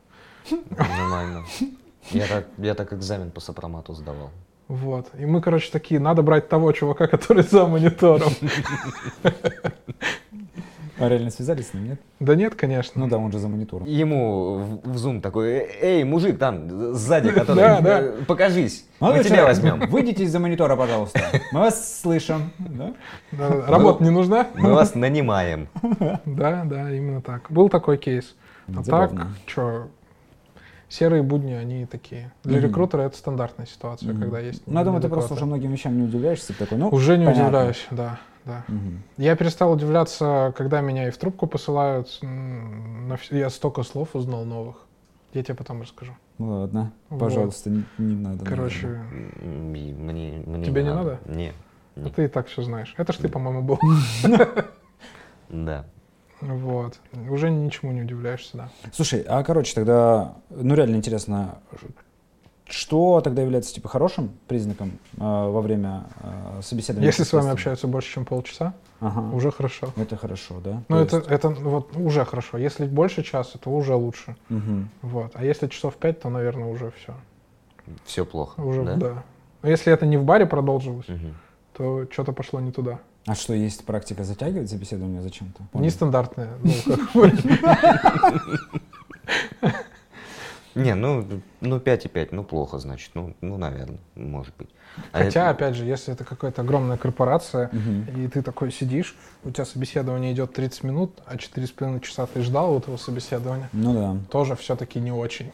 S1: Нормально. Я так, я так экзамен по сопромату сдавал.
S2: Вот. И мы, короче, такие, надо брать того чувака, *laughs* который за
S3: *laughs*
S2: монитором.
S3: А реально связались с ним, нет?
S2: Да нет, конечно.
S3: Ну да, он же за монитором.
S1: Ему в, в зум такой, «Э, эй, мужик там сзади, который,
S2: Да, да.
S1: э, покажись, мы
S3: Молодой
S1: тебя
S3: человек,
S1: возьмем.
S3: Выйдите из-за монитора, пожалуйста. Мы вас слышим. Да?
S2: Да, да. Работа
S3: Ну,
S2: не нужна?
S1: Мы вас нанимаем.
S2: *laughs* Да, да, именно так. Был такой кейс. А так,
S3: Забавно.
S2: что, серые будни, они такие. Для
S3: Мгм.
S2: рекрутера это стандартная ситуация, когда есть...
S3: Ну, я думаю, ты
S2: неадекваты.
S3: просто уже многим вещам не удивляешься. ты такой, ну,
S2: Уже не
S3: понятно.
S2: удивляюсь, да, да.
S3: Мгм.
S2: Я перестал удивляться, когда меня и в трубку посылают. М, на вс- Я столько слов узнал новых. Я тебе потом расскажу.
S3: Ну Ладно,
S2: Вот.
S3: пожалуйста, не, не надо. наверное.
S2: Короче,
S1: М, и Мне, мне
S2: Тебе не надо?
S1: Не,
S2: а ты и так все знаешь. Это ж ты, по-моему, был. *laughs*
S1: да.
S2: Вот. Уже ничему не удивляешься, да.
S3: Слушай, а короче, тогда, ну реально интересно, ш- что тогда является типа хорошим признаком э, во время э, собеседования?
S2: Если с вами
S3: общаюсь.
S2: общаются больше, чем полчаса,
S3: Ага.
S2: уже хорошо.
S3: Это хорошо, да?
S2: Ну,
S3: То
S2: это,
S3: есть-
S2: это вот уже хорошо. Если больше часа, то уже лучше.
S3: Мгм.
S2: Вот. А если часов пять, то, наверное, уже все.
S1: Все плохо.
S2: Уже,
S1: да?
S2: да. Но если это не в баре продолжилось,
S1: Мгм.
S2: то что-то пошло не туда.
S3: А что, есть практика затягивать собеседование зачем-то? Понял.
S2: Нестандартное.
S1: *laughs*
S2: Ну, как бы.
S1: Не, ну, ну 5,5, ну плохо, значит, ну, ну наверное, может быть. А
S2: Хотя,
S1: это-
S2: опять же, если это какая-то огромная корпорация,
S3: Мгм.
S2: и ты такой сидишь, у тебя собеседование идет 30 минут, а 4,5 часа ты ждал этого собеседования,
S3: Ну да,
S2: тоже все-таки не очень.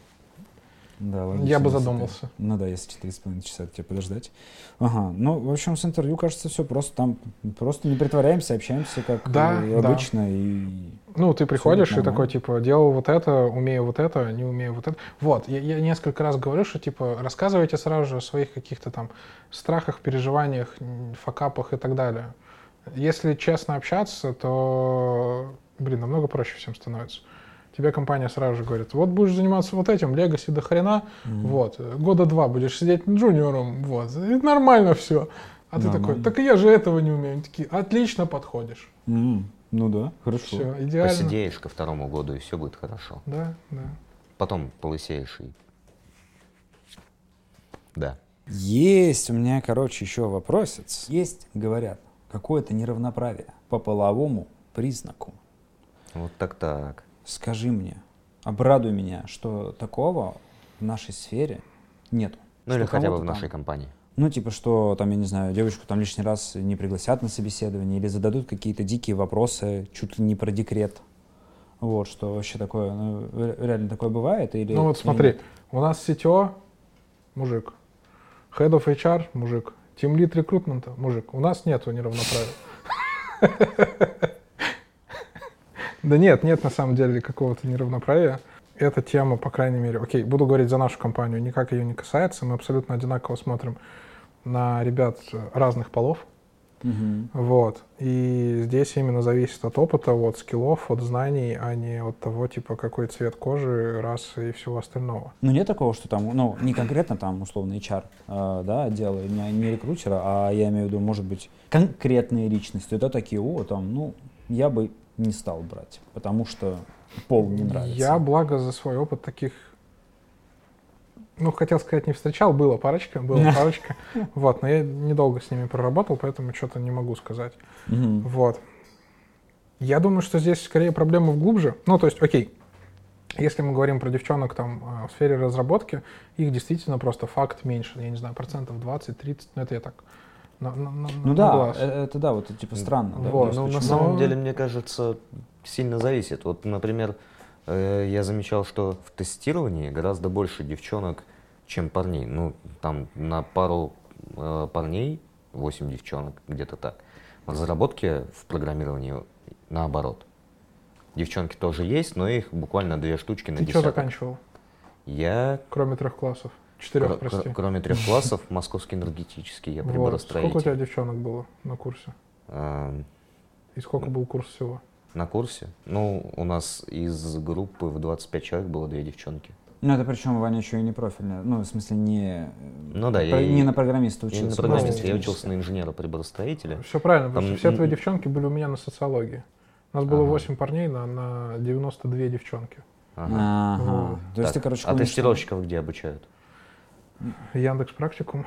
S3: да, логично,
S2: Я бы
S3: если ты-
S2: задумался.
S3: Ну да, если четыре с половиной часа тебе подождать. Ага, ну, в общем, с интервью, кажется, все просто там, просто не притворяемся, общаемся, как
S2: Да,
S3: э,
S2: да.
S3: обычно, и...
S2: Ну, ты приходишь и
S3: нормально.
S2: такой, типа, делал вот это, умею вот это, не умею вот это. Вот, я, я несколько раз говорю, что, типа, рассказывайте сразу же о своих каких-то там страхах, переживаниях, м, факапах и так далее. Если честно общаться, то, блин, намного проще всем становится. Тебе компания сразу же говорит, вот будешь заниматься вот этим, легаси до хрена, вот, э, года два будешь сидеть джуниором, вот, и нормально все. А ты такой,
S3: Нормально.
S2: так и я же этого не умею. Они такие, отлично подходишь.
S3: М, Ну да, хорошо.
S2: Все, идеально.
S1: Посидеешь ко второму году, и все будет хорошо.
S2: Да, да.
S1: Потом полысеешь и... Да.
S3: Есть у меня, короче, еще вопросец. Есть, говорят, какое-то неравноправие по половому признаку.
S1: Вот так-так.
S3: Скажи мне, обрадуй меня, что такого в нашей сфере нету.
S1: Ну или
S3: Что
S1: хотя бы
S3: кого-то
S1: в нашей
S3: там-
S1: компании.
S3: Ну, типа, что там, я не знаю, девочку там лишний раз не пригласят на собеседование или зададут какие-то дикие вопросы, чуть ли не про декрет. Вот, что вообще такое, ну, ре- реально такое бывает? Или,
S2: Ну вот
S3: или
S2: смотри,
S3: нет?
S2: у нас CTO мужик, Head of HR мужик, Team Lead рекрутмента мужик. У нас нету неравноправия. *laughs* Да нет, нет на самом деле какого-то неравноправия. Эта тема, по крайней мере, окей, буду говорить за нашу компанию, никак ее не касается. Мы абсолютно одинаково смотрим на ребят э, разных полов.
S3: Мгм.
S2: Вот. И здесь именно зависит от опыта, от скиллов, от знаний, а не от того, типа, какой цвет кожи, расы и всего остального.
S3: Ну, нет такого, что там, ну, не конкретно там, условно, HR, э, да, отдела, не, не рекрутера, а я имею в виду, может быть, конкретные личности, да, такие, о, там, ну, я бы не стал брать, потому что пол не нравится.
S2: Я, благо, за свой опыт таких, ну, хотел сказать, не встречал, было парочка, было парочка, вот, но я недолго с ними проработал, поэтому что-то не могу сказать.
S3: Мгм.
S2: Вот. Я думаю, что здесь скорее проблема в глубже. Ну, то есть, окей, если мы говорим про девчонок там э, в сфере разработки, их действительно просто факт меньше, я не знаю, процентов 20-30, ну, это я так, на- на- на-
S3: Ну
S2: на
S3: да,
S2: глаз.
S3: э, это да, вот типа странно. да,
S2: Вот,
S3: просто
S1: ну, на
S3: очень-
S1: самом
S2: Но-
S1: деле, мне кажется, сильно зависит. Вот, например, э, я замечал, что в тестировании гораздо больше девчонок, чем парней. Ну, там на пару э, парней 8 девчонок, где-то так. В разработке, в программировании наоборот. Девчонки тоже есть, но их буквально две штучки на
S2: Ты что
S1: десяток.
S2: заканчивал,
S1: Я,
S2: кроме трех классов?
S1: кро-
S2: Четырех,
S1: кро-
S2: прости.
S1: кроме трех классов, московский энергетический, я
S2: Вот.
S1: приборостроитель.
S2: Сколько у тебя девчонок было на курсе?
S1: Эм,
S2: И сколько был курс всего?
S1: На курсе? Ну, у нас из группы в 25 человек было две девчонки.
S3: Ну, это причем, Ваня, еще и не профильная. Ну, в смысле, не,
S1: Ну да,
S3: про-
S1: я,
S3: не
S1: и-
S3: на программиста
S1: я
S3: учился.
S1: не на
S3: ну,
S1: программиста, я
S3: технически.
S1: учился на инженера-приборостроителя.
S2: Все правильно,
S1: Там
S2: потому что все
S1: н-
S2: твои
S1: н-
S2: девчонки были у меня на социологии. У нас было
S1: Ага.
S2: 8 парней на, на 92 девчонки.
S1: Ага.
S3: Ага.
S2: Вот.
S3: То есть
S1: Так,
S3: ты, короче,
S1: а
S3: помнишь,
S1: тестировщиков где обучают?
S2: Яндекс практикум.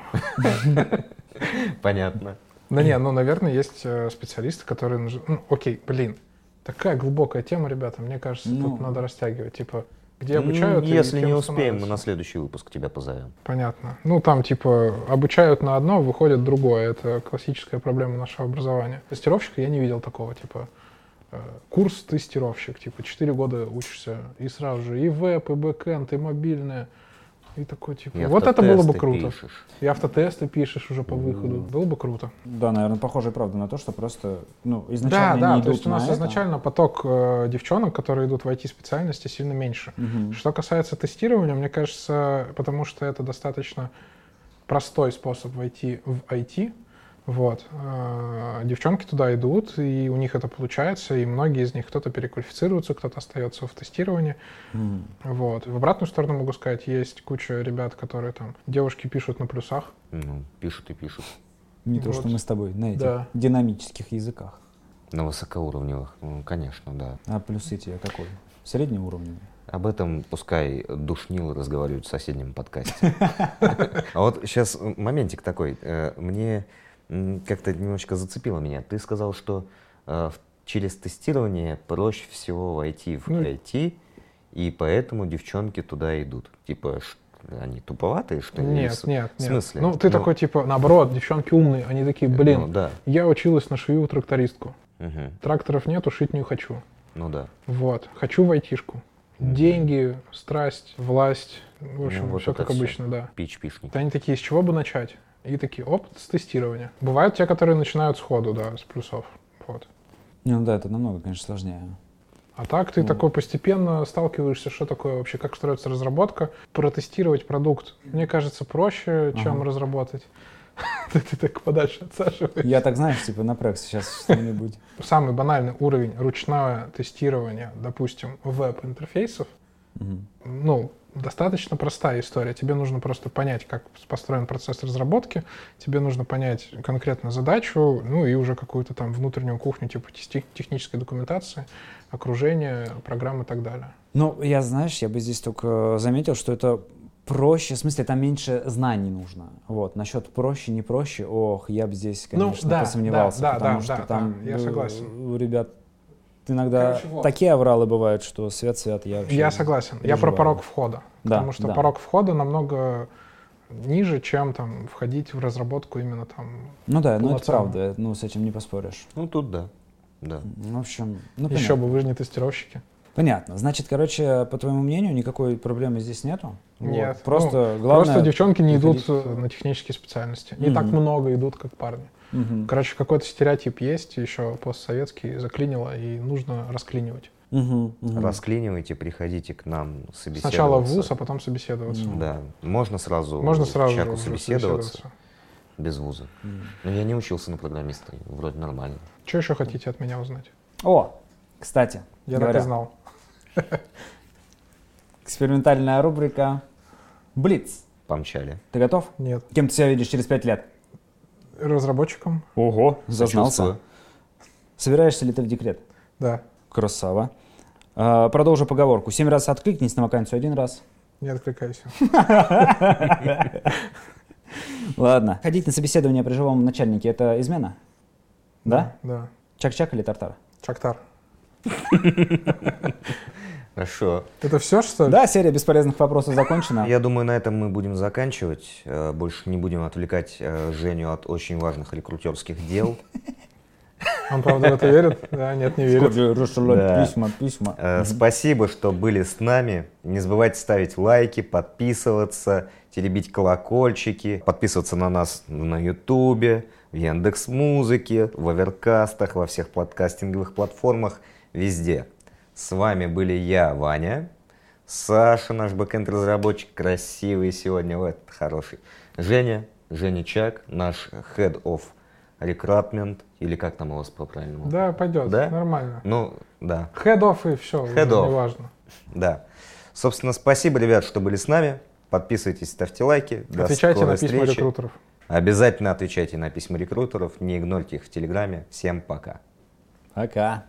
S1: Понятно.
S2: Да не, ну, наверное, есть э, специалисты, которые... наж- Ну, окей, блин, такая глубокая тема, ребята, мне кажется,
S3: Ну.
S2: тут надо растягивать. Типа, где
S1: М,
S2: обучают и
S1: Если
S2: кем
S1: не успеем, мы
S2: становятся.
S1: на следующий выпуск тебя позовем.
S2: Понятно. Ну, там, типа, обучают на одно, выходит другое. Это классическая проблема нашего образования. Тестировщика я не видел такого, типа, э, курс тестировщик, типа, 4 года учишься, и сразу же и веб, и бэкэнд, и мобильное. И такой, типа,
S1: И
S2: вот это было бы
S1: автотесты
S2: круто.
S1: пишешь.
S2: И автотесты пишешь уже по выходу. Было бы круто.
S3: Да, наверное, похоже, и правда, на то, что просто, ну, изначально
S2: да, да,
S3: не идут
S2: то есть у
S3: на
S2: нас
S3: это.
S2: изначально поток э, девчонок, которые идут в IT-специальности, сильно меньше.
S3: Мгм.
S2: Что касается тестирования, мне кажется, потому что это достаточно простой способ войти в IT, вот, э, девчонки туда идут, и у них это получается, и многие из них кто-то переквалифицируется, кто-то остается в тестировании,
S3: Мгм.
S2: вот. В обратную сторону могу сказать, есть куча ребят, которые там, девушки пишут на плюсах,
S1: Ну, пишут и пишут.
S3: Не то,
S2: Вот.
S3: что мы с тобой на этих
S2: Да.
S3: динамических языках.
S1: На высокоуровневых, ну, конечно, да.
S3: А плюсы тебе какой? Среднеуровневый.
S1: Об этом пускай душнилы разговаривают в соседнем
S2: *laughs*
S1: подкасте. А вот сейчас моментик такой. Э, Мне м, как-то немножечко зацепило меня. Ты сказал, что э, в- через тестирование проще всего войти в
S2: Ну,
S1: IT, и поэтому девчонки туда идут. Типа, ш- они туповатые, что ли? Или
S2: Нет,
S1: с-
S2: нет,
S1: В
S2: нет.
S1: смысле?
S2: Ну, ты такой, типа, наоборот, девчонки умные, они такие, блин,
S1: Ну, да.
S2: я училась на швею трактористку.
S1: Мгм.
S2: Тракторов нету, шить не хочу.
S1: Ну да.
S2: Вот, хочу в айтишку. Деньги, страсть, власть, в общем,
S1: Ну, вот
S2: все
S1: это
S2: как
S1: всё.
S2: обычно, да.
S1: Пич-пишник.
S2: Вот они такие, с чего бы начать? И такие, оп, с тестирования. Бывают те, которые начинают сходу, да, с плюсов. Вот.
S3: Не, ну да, это намного, конечно, сложнее.
S2: А так ты
S3: Ну.
S2: такой постепенно сталкиваешься, что такое вообще, как строится разработка. Протестировать продукт, мне кажется, проще, чем
S3: Ага.
S2: разработать. *laughs* Ты ты так подальше отсаживаешь.
S3: Я так, знаешь, типа напрягся сейчас что-нибудь.
S2: Самый банальный уровень ручное тестирование, допустим, веб-интерфейсов,
S3: Мгм.
S2: ну, достаточно простая история. Тебе нужно просто понять, как построен процесс разработки, тебе нужно понять конкретно задачу, ну и уже какую-то там внутреннюю кухню типа тести- технической документации, окружение, программ и так далее.
S3: Ну, я, знаешь, я бы здесь только э, заметил, что это проще, в смысле, там меньше знаний нужно. Вот, насчет проще, не проще, ох, я бы здесь,
S2: Ну,
S3: конечно,
S2: да,
S3: посомневался,
S2: да, да,
S3: потому
S2: да,
S3: что
S2: да,
S3: там
S2: я
S3: э,
S2: согласен.
S3: у ребят иногда
S2: Короче, вот.
S3: такие авралы бывают, что свет-свет, я вообще
S2: Я согласен. Я про
S3: переживаю.
S2: порог входа.
S3: Да,
S2: Потому что
S3: да.
S2: порог входа намного ниже, чем там входить в разработку именно там.
S3: Ну да, ну это
S2: полноценно.
S3: правда, ну с этим не поспоришь.
S1: Ну тут да. Да.
S3: В общем, ну
S2: Еще
S3: понятно.
S2: бы, вы же не тестировщики.
S3: Понятно. Значит, короче, по твоему мнению, никакой проблемы здесь нету? Вот.
S2: Нет.
S3: Просто
S2: Ну,
S3: главное...
S2: Просто девчонки не идут
S3: приходить в-
S2: э, на технические специальности. Не так
S3: Мгм.
S2: много идут, как парни.
S3: Мгм.
S2: Короче, какой-то стереотип есть, еще постсоветский, заклинило, и нужно расклинивать.
S3: Мгм, мгм.
S1: Расклинивайте, приходите к нам собеседоваться.
S2: Сначала в ВУЗ, а потом собеседоваться.
S3: М.
S1: Да, можно сразу,
S2: Можно
S1: в
S2: сразу
S1: чаку
S2: же
S1: собеседоваться без вуза.
S3: Мгм.
S1: Но я не учился на программиста, и вроде нормально.
S2: Что еще хотите от меня узнать?
S3: О, кстати,
S2: Я
S3: говоря,
S2: так и знал.
S3: экспериментальная рубрика «Блиц».
S1: Помчали.
S3: Ты готов?
S2: Нет.
S3: Кем ты себя видишь через пять лет?
S2: Разработчиком?
S3: Ого, зазнался.
S1: Сочувствую.
S3: Собираешься ли ты в декрет?
S2: Да.
S3: Красава. А, Продолжу поговорку. Семь раз откликнись на вакансию один *laughs* раз.
S2: Не откликайся.
S3: Ладно. Ходить на собеседование при живом начальнике – это измена? Да?
S2: Да.
S3: Чак-чак или тартар?
S2: Чактар.
S1: Хорошо.
S2: Это все, что ли?
S3: Да, серия бесполезных вопросов
S2: А.
S3: закончена.
S1: Я думаю, на этом мы будем заканчивать. Э, Больше не будем отвлекать э, Женю от очень важных рекрутерских дел.
S2: Он, правда, в это верит? Да, нет, не верит.
S3: Скорее рассылать
S1: Да.
S3: письма, письма.
S1: Э, Спасибо, что были с нами. Не забывайте ставить лайки, подписываться, теребить колокольчики, подписываться на нас на Ютубе, в Яндекс Музыке, в Оверкастах, во всех подкастинговых платформах, везде. С вами были я, Ваня, Саша, наш бэкэнд-разработчик, красивый сегодня, вот, хороший. Женя, Женя Чак, наш Head of Recruitment, или как там у вас по-правильному?
S2: Да, пойдет.
S1: Да?
S2: Нормально.
S1: Ну, да.
S2: Хед-офф и все.
S1: Head off.
S2: Неважно.
S1: Да. Собственно, спасибо, ребят, что были с нами. Подписывайтесь, ставьте лайки. До
S2: Отвечайте на
S1: скорой
S2: письма
S1: встречи.
S2: рекрутеров.
S1: Обязательно отвечайте на письма рекрутеров. Не игнорьте их в Телеграме. Всем пока.
S3: Пока.